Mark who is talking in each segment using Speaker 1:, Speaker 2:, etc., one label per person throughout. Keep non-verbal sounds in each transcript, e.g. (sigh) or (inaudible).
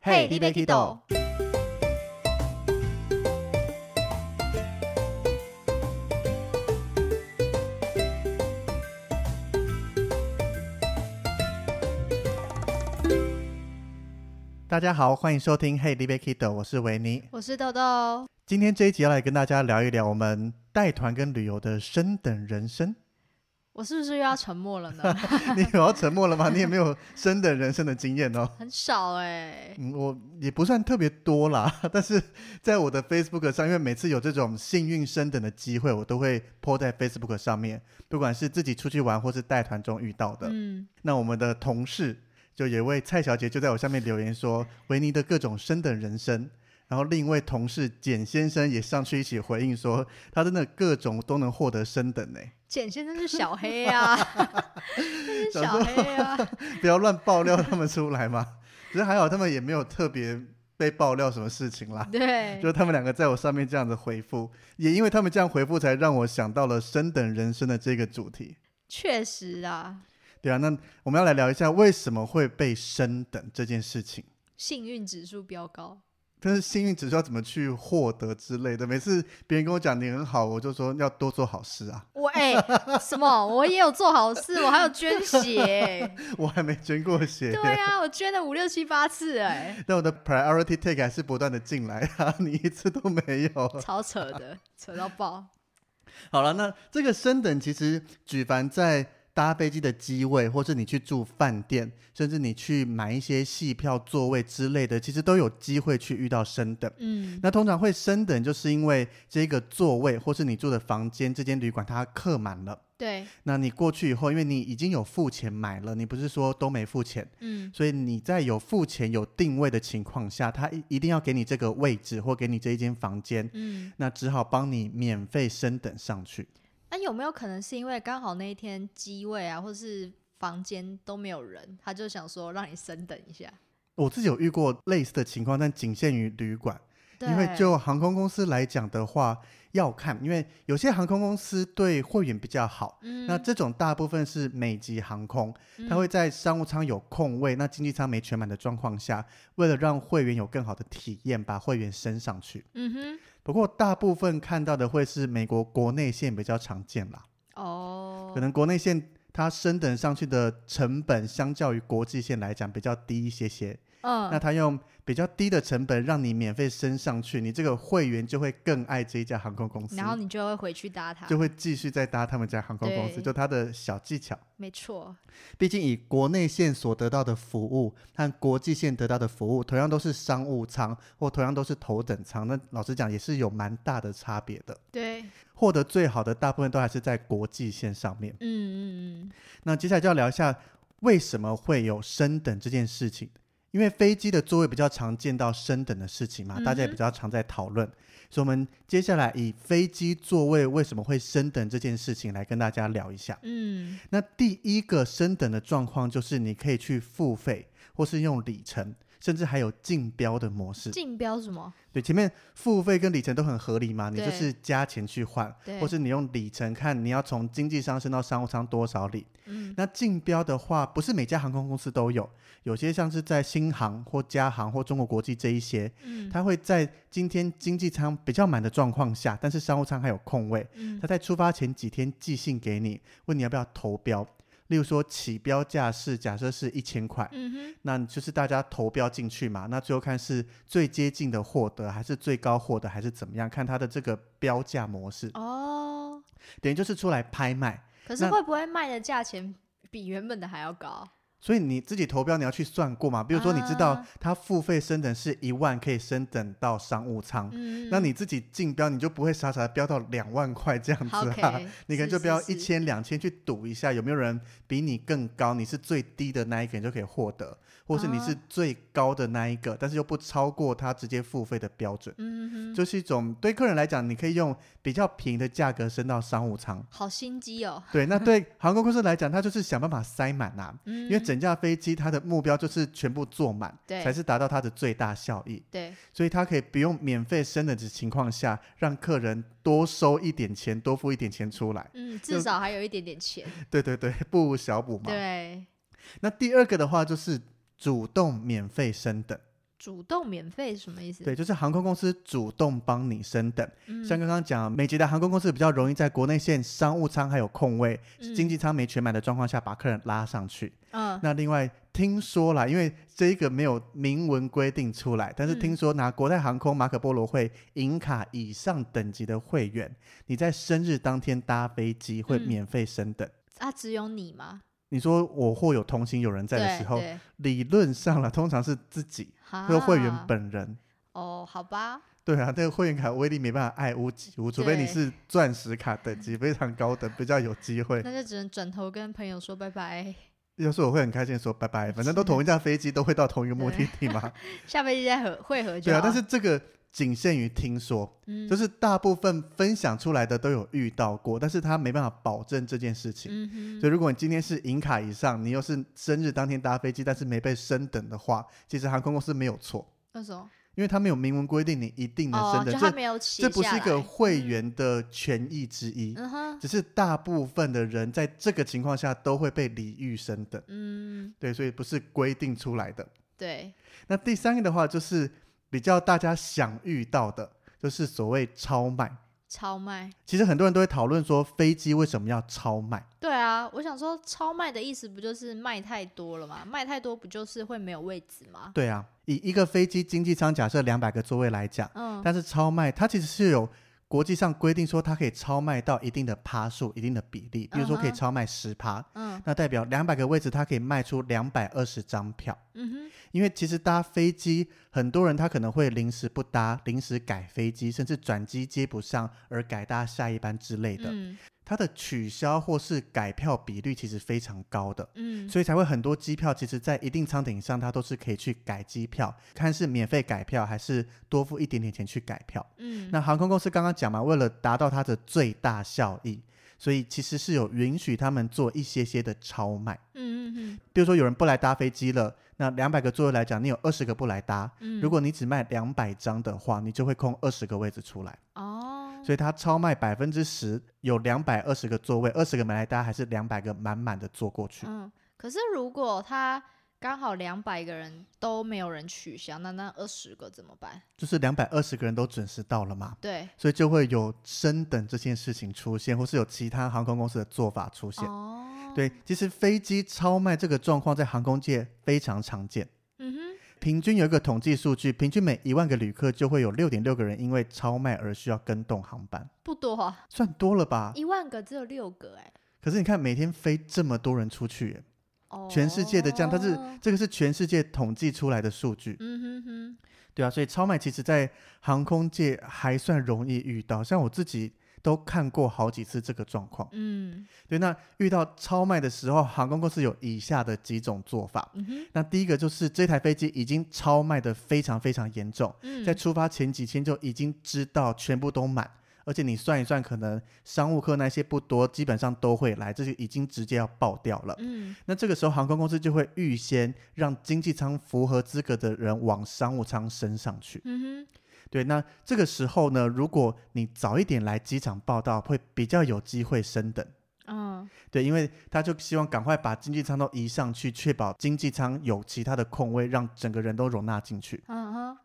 Speaker 1: 嘿你要去倒
Speaker 2: 大家好，欢迎收听 Hey, l i b e Kido，我是维尼。
Speaker 1: 我是豆豆。
Speaker 2: 今天这一集要来跟大家聊一聊我们带团跟旅游的升等人生。 (laughs)
Speaker 1: 我是不是又要沉默了呢？
Speaker 2: 你有要沉默了吗？你也没有升等人生的经验哦。
Speaker 1: 很少哎、
Speaker 2: 嗯，我也不算特别多啦， (laughs) 但是在我的 Facebook 上，因为每次有这种幸运升等的机会，我都会 po 在 Facebook 上面，不管是自己出去玩或是带团中遇到的。
Speaker 1: 嗯，
Speaker 2: 那我们的同事就有一位蔡小姐就在我下面留言说，维尼的各种升等人生。然后另一位同事简先生也上去一起回应说，他真的各种都能获得升等呢。
Speaker 1: 简先生是小黑啊，这是小黑啊，
Speaker 2: 不要乱爆料他们出来嘛。只是还好他们也没有特别被爆料什么事情啦。
Speaker 1: 对
Speaker 2: (laughs) 就，是他们两个在我上面这样子回复，也因为他们这样回复，才让我想到了升等人生的这个主题。
Speaker 1: 确实啊，
Speaker 2: 对啊，那我们要来聊一下为什么会被升等这件事情。
Speaker 1: 幸运指数飙高。
Speaker 2: 但是幸运指数要怎么去获得之类的，每次别人跟我讲你很好，我就说要多做好事啊。 (laughs)
Speaker 1: 我哎、什么？我也有做好事，我还有捐血、欸
Speaker 2: 我还没捐过血，
Speaker 1: 对啊，我捐了五六七八次
Speaker 2: (laughs)
Speaker 1: 哎、
Speaker 2: 但我的 priority take 还是不断的进来啊， (laughs) 你一次都没有。
Speaker 1: 超扯的，扯到爆。
Speaker 2: (laughs) 好了，那这个升等其实举凡在搭飞机的机位，或是你去住饭店，甚至你去买一些戏票、座位之类的，其实都有机会去遇到升等。
Speaker 1: 嗯，
Speaker 2: 那通常会升等，就是因为这个座位或是你住的房间，这间旅馆它客满了。
Speaker 1: 对，
Speaker 2: 那你过去以后，因为你已经有付钱买了，你不是说都没付钱，
Speaker 1: 嗯，
Speaker 2: 所以你在有付钱、有定位的情况下，他一一定要给你这个位置或给你这一间房间，
Speaker 1: 嗯，
Speaker 2: 那只好帮你免费升等上去。
Speaker 1: 那、有没有可能是因为刚好那一天机位啊，或是房间都没有人，他就想说让你升等一下？
Speaker 2: 我自己有遇过类似的情况，但仅限于旅馆，
Speaker 1: 对，
Speaker 2: 因为就航空公司来讲的话，要看，因为有些航空公司对会员比较好。
Speaker 1: 嗯，
Speaker 2: 那这种大部分是美籍航空，它会在商务舱有空位，那经济舱没全满的状况下，为了让会员有更好的体验，把会员升上去。
Speaker 1: 嗯哼，
Speaker 2: 不过大部分看到的会是美国国内线比较常见啦，
Speaker 1: 哦，
Speaker 2: 可能国内线它升等上去的成本相较于国际线来讲比较低一些些，那
Speaker 1: 嗯，
Speaker 2: 它用比较低的成本让你免费升上去，你这个会员就会更爱这一家航空公司
Speaker 1: 然，后你就会回去搭它，
Speaker 2: 就会继续再搭他们家航空公司，
Speaker 1: 对
Speaker 2: 就它的小技巧。
Speaker 1: 没错，
Speaker 2: 毕竟以国内线所得到的服务和国际线得到的服务，同样都是商务舱或同样都是头等舱，那老实讲也是有蛮大的差别的。
Speaker 1: 对，
Speaker 2: 获得最好的大部分都还是在国际线上面。
Speaker 1: 嗯嗯嗯，
Speaker 2: 那接下来就要聊一下为什么会有升等这件事情，因为飞机的座位比较常见到升等的事情嘛，
Speaker 1: 嗯哼
Speaker 2: 大家也比较常在讨论，所以我们接下来以飞机座位为什么会升等这件事情来跟大家聊一下。
Speaker 1: 嗯，
Speaker 2: 那第一个升等的状况就是你可以去付费，或是用里程，甚至还有竞标的模式。
Speaker 1: 竞标什么？
Speaker 2: 对，前面付费跟里程都很合理嘛，你就
Speaker 1: 对
Speaker 2: 是加钱去换，
Speaker 1: 对
Speaker 2: 或是你用里程看你要从经济舱升到商务舱多少里。
Speaker 1: 嗯，
Speaker 2: 那竞标的话，不是每家航空公司都有，有些像是在新航或加航或中国国际这一些，
Speaker 1: 嗯，
Speaker 2: 它会在今天经济舱比较满的状况下，但是商务舱还有空位，
Speaker 1: 嗯
Speaker 2: 它在出发前几天寄信给你，问你要不要投标。例如说起标价是假设是一千块，
Speaker 1: 嗯哼，
Speaker 2: 那你就是大家投标进去嘛，那最后看是最接近的获得，还是最高获得，还是怎么样？看它的这个标价模式，
Speaker 1: 哦，
Speaker 2: 等于就是出来拍卖。
Speaker 1: 可是
Speaker 2: 那
Speaker 1: 会不会卖的价钱比原本的还要高？
Speaker 2: 所以你自己投标，你要去算过嘛。比如说，你知道
Speaker 1: 啊
Speaker 2: 它付费升等是一万，可以升等到商务舱，
Speaker 1: 嗯，
Speaker 2: 那你自己竞标，你就不会傻傻地标到两万块这样子
Speaker 1: 好
Speaker 2: 啊。
Speaker 1: ，OK，
Speaker 2: (laughs) 你可能
Speaker 1: 是
Speaker 2: 就标
Speaker 1: 是
Speaker 2: 一
Speaker 1: 是
Speaker 2: 千、两千去赌一下，有没有人比你更高？你是最低的那一个，你就可以获得，或是你
Speaker 1: 啊
Speaker 2: 是最高的那一个，但是又不超过他直接付费的标准，
Speaker 1: 嗯哼，
Speaker 2: 就是一种对客人来讲，你可以用比较便宜的价格升到商务
Speaker 1: (laughs)
Speaker 2: 舱。
Speaker 1: 好心机哦，
Speaker 2: 对，那对航空公司来讲，它就是想办法塞满呐、
Speaker 1: 嗯，
Speaker 2: 因为整架飞机它的目标就是全部坐满，
Speaker 1: 对
Speaker 2: 才是达到它的最大效益，
Speaker 1: 对，
Speaker 2: 所以它可以不用免费升的情况下，让客人多收一点钱，多付一点钱出来。
Speaker 1: 嗯，
Speaker 2: 就
Speaker 1: 至少还有一点点钱， (laughs)
Speaker 2: 对对 (laughs) 对，不无小补嘛。
Speaker 1: 对，
Speaker 2: 那第二个的话就是主动免费升等，
Speaker 1: 主动免费是什么意思？
Speaker 2: 对，就是航空公司主动帮你升等。
Speaker 1: 嗯，
Speaker 2: 像刚刚讲，美捷达航空公司比较容易在国内线商务舱还有空位、
Speaker 1: 嗯
Speaker 2: 经济舱没全满的状况下把客人拉上去。
Speaker 1: 嗯
Speaker 2: 那另外听说啦，因为这一个没有明文规定出来，但是
Speaker 1: 嗯
Speaker 2: 听说拿国泰航空马可波罗会银卡以上等级的会员，你在生日当天搭飞机会
Speaker 1: 嗯
Speaker 2: 免费升等。
Speaker 1: 啊，只有你吗？
Speaker 2: 你说我或有同行有人在的
Speaker 1: 对
Speaker 2: 时候，
Speaker 1: 对，
Speaker 2: 理论上啦，通常是自己
Speaker 1: 哈
Speaker 2: 和会员本人。
Speaker 1: 哦，好吧，
Speaker 2: 对啊，那个会员卡威力没办法爱屋及乌，除非你
Speaker 1: 对
Speaker 2: 是钻石卡等级非常高等，比较有机会。
Speaker 1: 那就只能转头跟朋友说拜拜，
Speaker 2: 要是我会很开心地说拜拜，反正都同一架飞机，都会到同一个目的地
Speaker 1: (laughs) 啊
Speaker 2: 嘛。
Speaker 1: 下飞机再合会合就
Speaker 2: 对
Speaker 1: 好。
Speaker 2: 啊，但是这个仅限于听说，
Speaker 1: 嗯，
Speaker 2: 就是大部分分享出来的都有遇到过，但是他没办法保证这件事情。
Speaker 1: 嗯
Speaker 2: 所
Speaker 1: 哼，
Speaker 2: 以如果你今天是银卡以上，你又是生日当天搭飞机，但是没被升等的话，其实航空公司没有错，
Speaker 1: 那什么？
Speaker 2: 因为他没有明文规定你一定能
Speaker 1: 哦
Speaker 2: 升，
Speaker 1: 就
Speaker 2: 等，
Speaker 1: 他没有
Speaker 2: 这
Speaker 1: 写
Speaker 2: 这不是
Speaker 1: 下
Speaker 2: 一个
Speaker 1: 来
Speaker 2: 会，员的权益之一。
Speaker 1: 嗯哼，
Speaker 2: 只是大部分的人在这个情况下都会被礼遇升等，
Speaker 1: 嗯，
Speaker 2: 对，所以不是规定出来的。
Speaker 1: 对，
Speaker 2: 那第三个的话，就是比较大家想遇到的，就是所谓超卖。
Speaker 1: 超卖，
Speaker 2: 其实很多人都会讨论说，飞机为什么要超卖？
Speaker 1: 对啊，我想说超卖的意思不就是卖太多了吗？卖太多不就是会没有位置吗？
Speaker 2: 对啊，以一个飞机经济舱假设两百个座位来讲，
Speaker 1: 嗯，
Speaker 2: 但是超卖它其实是有国际上规定说，它可以超卖到一定的趴数、一定的比例，比如说可以
Speaker 1: 嗯哼
Speaker 2: 超卖十趴，
Speaker 1: 嗯
Speaker 2: 那代表两百个位置它可以卖出两百二十张票。
Speaker 1: 嗯
Speaker 2: 因为其实搭飞机，很多人他可能会临时不搭、临时改飞机，甚至转机接不上而改搭下一班之类
Speaker 1: 哼，
Speaker 2: 的。
Speaker 1: 嗯
Speaker 2: 它的取消或是改票比率其实非常高的，
Speaker 1: 嗯，
Speaker 2: 所以才会很多机票其实在一定舱顶上，它都是可以去改机票，看是免费改票还是多付一点点钱去改票。
Speaker 1: 嗯，
Speaker 2: 那航空公司刚刚讲嘛，为了达到它的最大效益，所以其实是有允许他们做一些些的超卖。
Speaker 1: 嗯嗯
Speaker 2: 比如说有人不来搭飞机了，那两百个座位来讲，你有二十个不来搭，
Speaker 1: 嗯，
Speaker 2: 如果你只卖两百张的话，你就会空二十个位置出来，
Speaker 1: 哦，
Speaker 2: 所以它超卖百分之十，有两百二十个座位，二十个没来搭，还是两百个满满的坐过去。
Speaker 1: 嗯，可是如果他刚好两百个人都没有人取消，那那二十个怎么办？
Speaker 2: 就是两百二十个人都准时到了嘛，
Speaker 1: 对，
Speaker 2: 所以就会有升等这件事情出现，或是有其他航空公司的做法出现。
Speaker 1: 哦，，
Speaker 2: 对，其实飞机超卖这个状况在航空界非常常见。
Speaker 1: 嗯
Speaker 2: 平均有一个统计数据，平均每一万个旅客就会有六点六个人因为超卖而需要跟动航班
Speaker 1: 哼，，不多、啊，
Speaker 2: 算多了吧？
Speaker 1: 一万个只有六个哎、
Speaker 2: 可是你看，每天飞这么多人出去，
Speaker 1: 哦，
Speaker 2: 全世界的这样，但是这个是全世界统计出来的数据，
Speaker 1: 嗯哼哼，
Speaker 2: 对啊，所以超卖其实在航空界还算容易遇到，像我自己都看过好几次这个状况。
Speaker 1: 嗯
Speaker 2: 对，那遇到超卖的时候，航空公司有以下的几种做法。
Speaker 1: 嗯哼，
Speaker 2: 那第一个就是这台飞机已经超卖的非常非常严重，
Speaker 1: 嗯，
Speaker 2: 在出发前几天就已经知道全部都满，而且你算一算，可能商务客那些不多，基本上都会来，这就已经直接要爆掉了。
Speaker 1: 嗯
Speaker 2: 那这个时候，航空公司就会预先让经济舱符合资格的人往商务舱升上去。
Speaker 1: 嗯哼，
Speaker 2: 对，那这个时候呢，如果你早一点来机场报到，会比较有机会升等。
Speaker 1: 嗯
Speaker 2: 对，因为他就希望赶快把经济舱都移上去，确保经济舱有其他的空位，让整个人都容纳进去。
Speaker 1: 嗯哼，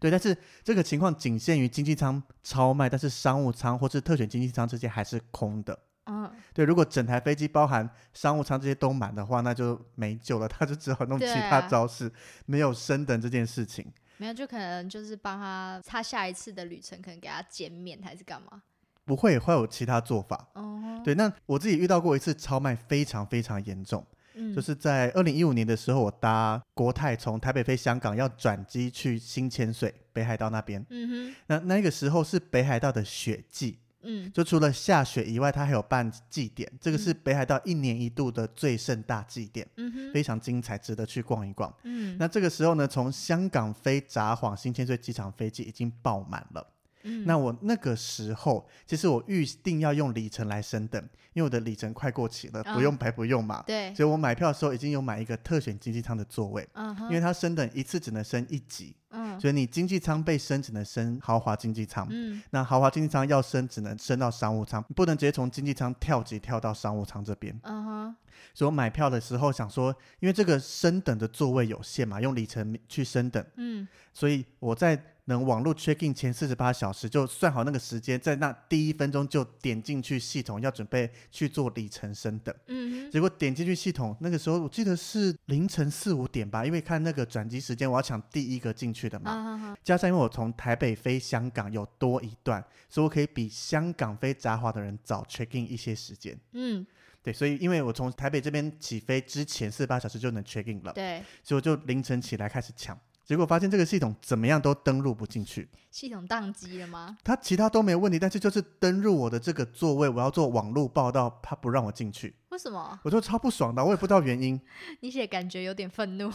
Speaker 2: 对，但是这个情况仅限于经济舱超卖，但是商务舱或是特选经济舱这些还是空的。
Speaker 1: 嗯，
Speaker 2: 对，如果整台飞机包含商务舱这些都满的话，那就没救了， (laughs) 他就只好弄其
Speaker 1: 对
Speaker 2: 他
Speaker 1: 啊
Speaker 2: 招式，没有升等这件事情。
Speaker 1: 没有，就可能就是帮他，他下一次的旅程可能给他减免还是干嘛？
Speaker 2: 不会，会有其他做法。
Speaker 1: 哦，
Speaker 2: 对，那我自己遇到过一次超卖非常非常严重，
Speaker 1: 嗯，
Speaker 2: 就是在二零一五年的时候，我搭国泰从台北飞香港要转机去新千岁北海道那边，
Speaker 1: 嗯哼，
Speaker 2: 那那个时候是北海道的雪季，
Speaker 1: 嗯
Speaker 2: 就除了下雪以外，它还有办祭典，这个是北海道一年一度的最盛大祭典，
Speaker 1: 嗯哼，
Speaker 2: 非常精彩，值得去逛一逛。
Speaker 1: 嗯
Speaker 2: 那这个时候呢，从香港飞札幌新千岁机场飞机已经爆满了。
Speaker 1: 嗯，
Speaker 2: 那我那个时候，其实我预定要用里程来升等，因为我的里程快过期了，
Speaker 1: 嗯
Speaker 2: 不用白不用嘛。
Speaker 1: 对，
Speaker 2: 所以我买票的时候已经有买一个特选经济舱的座位，
Speaker 1: 嗯哼，
Speaker 2: 因为它升等一次只能升一级，
Speaker 1: 嗯
Speaker 2: 所以你经济舱被升只能升豪华经济舱，
Speaker 1: 嗯
Speaker 2: 那豪华经济舱要升只能升到商务舱，不能直接从经济舱跳级跳到商务舱这边。
Speaker 1: 嗯哼，
Speaker 2: 所以我买票的时候想说，因为这个升等的座位有限嘛，用里程去升等，
Speaker 1: 嗯
Speaker 2: 所以我在能网络 check in 前四十八小时就算好那个时间，在那第一分钟就点进去系统要准备去做里程升等。
Speaker 1: 嗯哼，
Speaker 2: 结果点进去系统，那个时候我记得是凌晨四五点吧，因为看那个转机时间，我要抢第一个进去的嘛。
Speaker 1: 啊哈哈，
Speaker 2: 加上因为我从台北飞香港有多一段，所以我可以比香港飞札华的人早 check in 一些时间。
Speaker 1: 嗯，
Speaker 2: 对，所以因为我从台北这边起飞之前四十八小时就能 check in 了，
Speaker 1: 对，
Speaker 2: 所以我就凌晨起来开始抢。结果发现这个系统怎么样都登录不进去，
Speaker 1: 系统宕机了吗？
Speaker 2: 它其他都没有问题，但是就是登入我的这个座位，我要做网络报道，它不让我进去，
Speaker 1: 为什么？
Speaker 2: 我就超不爽的，我也不知道原因。 (laughs)
Speaker 1: 你写感觉有点愤怒。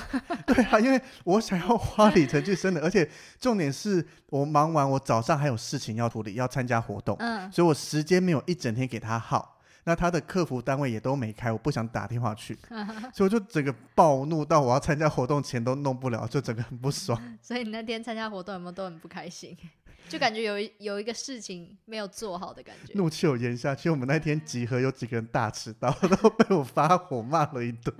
Speaker 2: 对啊，因为我想要花里程去升的，而且重点是我忙完，我早上还有事情要处理，要参加活动，
Speaker 1: 嗯
Speaker 2: 所以我时间没有一整天给他耗。那他的客服单位也都没开，我不想打电话
Speaker 1: (laughs)
Speaker 2: 去，所以我就整个暴怒到我要参加活动前都弄不了，就整个很不爽。
Speaker 1: (laughs) 所以你那天参加活动有没有都很不开心？ (laughs) 就感觉有一有一个事情没有做好的感觉。
Speaker 2: 怒气有咽下去。我们那天集合有几个人大迟到， (laughs) 都被我发火骂了一顿。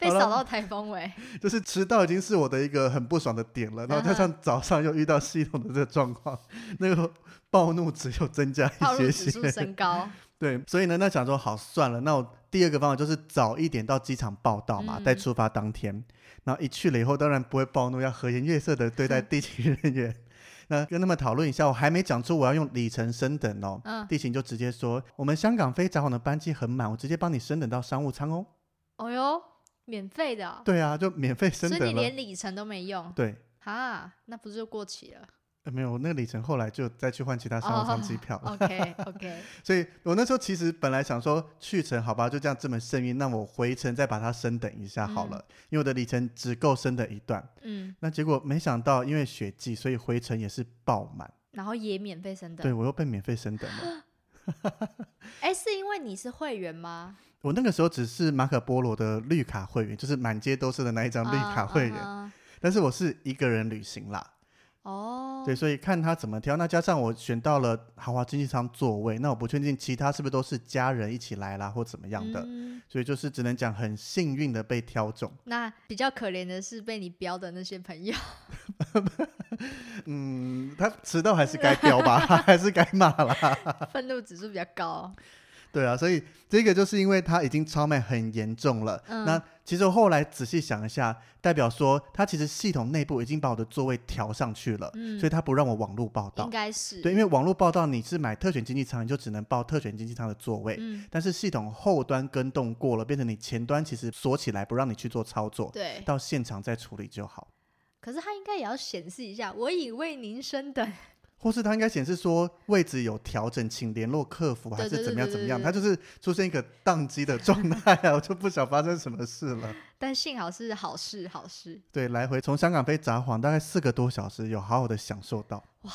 Speaker 1: 被
Speaker 2: 好了
Speaker 1: 扫到台风尾，
Speaker 2: 就是迟到已经是我的一个很不爽的点了，然后加
Speaker 1: 嗯
Speaker 2: 上早上又遇到系统的这个状况，那个暴怒只有增加
Speaker 1: 套
Speaker 2: 一
Speaker 1: 路
Speaker 2: 些
Speaker 1: 指数
Speaker 2: 些。
Speaker 1: 升高。
Speaker 2: 对，所以呢，那想说好算了，那我第二个方法就是早一点到机场报到嘛，
Speaker 1: 嗯
Speaker 2: 在出发当天，然后一去了以后，当然不会暴怒，要和颜悦色的对
Speaker 1: (laughs)
Speaker 2: 待地勤人员。那跟他们讨论一下，我还没讲出我要用里程升等哦。
Speaker 1: 嗯，
Speaker 2: 地勤就直接说，我们香港飞札幌的班机很满，我直接帮你升等到商务舱哦。
Speaker 1: 哦哟，免费的哦、
Speaker 2: 对啊，就免费升
Speaker 1: 所以你
Speaker 2: 等了。
Speaker 1: 连里程都没用
Speaker 2: 对，
Speaker 1: 哈，那不是就过
Speaker 2: (laughs)
Speaker 1: 期了
Speaker 2: 呃没有，那个里程后来就再去换其他商务
Speaker 1: 哦
Speaker 2: 舱机票了。
Speaker 1: ？OK OK，
Speaker 2: 所以我那时候其实本来想说去程好吧，就这样这么幸运，那我回程再把它升等一下好了，因为我的里程只够升等一段。
Speaker 1: 嗯，
Speaker 2: 那结果没想到因为雪季，所以回程也是爆满，
Speaker 1: 然后也免费升
Speaker 2: 对
Speaker 1: 等。
Speaker 2: 我又被免费升等
Speaker 1: (laughs)
Speaker 2: 了。
Speaker 1: 哎，是因为你是会员吗？
Speaker 2: 我那个时候只是马可波罗的绿卡会员，就是满街都是的那一张绿
Speaker 1: 啊
Speaker 2: 卡会员，
Speaker 1: 啊
Speaker 2: 但是我是一个人旅行啦，
Speaker 1: 哦，
Speaker 2: 对，所以看他怎么挑。那加上我选到了豪华经济舱座位，那我不确定其他是不是都是家人一起来啦，或怎么样的。
Speaker 1: 嗯
Speaker 2: 所以就是只能讲很幸运的被挑中。
Speaker 1: 那比较可怜的是被你标的那些朋友， (laughs)
Speaker 2: 嗯，他迟到还是该标
Speaker 1: (laughs)
Speaker 2: 吧，还是该骂啦。
Speaker 1: 愤怒指数比较高。
Speaker 2: 对啊，所以这个就是因为他已经超卖很严重了。
Speaker 1: 嗯
Speaker 2: 那其实我后来仔细想一下，代表说他其实系统内部已经把我的座位调上去了，
Speaker 1: 嗯
Speaker 2: 所以，他不让我网络报
Speaker 1: 应
Speaker 2: 到。
Speaker 1: 该是
Speaker 2: 对，因为网络报到你是买特选经济舱，你就只能报特选经济舱的座位。
Speaker 1: 嗯，
Speaker 2: 但是系统后端跟动过了，变成你前端其实锁起来，不让你去做操作，
Speaker 1: 对。
Speaker 2: 到现场再处理就好。
Speaker 1: 可是他应该也要显示一下，我已为您升等。
Speaker 2: 或是它应该显示说位置有调整，请联络客服，还
Speaker 1: 对
Speaker 2: 是
Speaker 1: 对
Speaker 2: 怎
Speaker 1: 对
Speaker 2: 么样
Speaker 1: 对
Speaker 2: 怎么
Speaker 1: 对
Speaker 2: 样？
Speaker 1: 对
Speaker 2: 它就是出现一个宕机的状态啊， (laughs) 我就不想发生什么事了。
Speaker 1: 但幸好是好事，好事。
Speaker 2: 对，来回从香港飞札幌大概四个多小时，有好好的享受到。哇，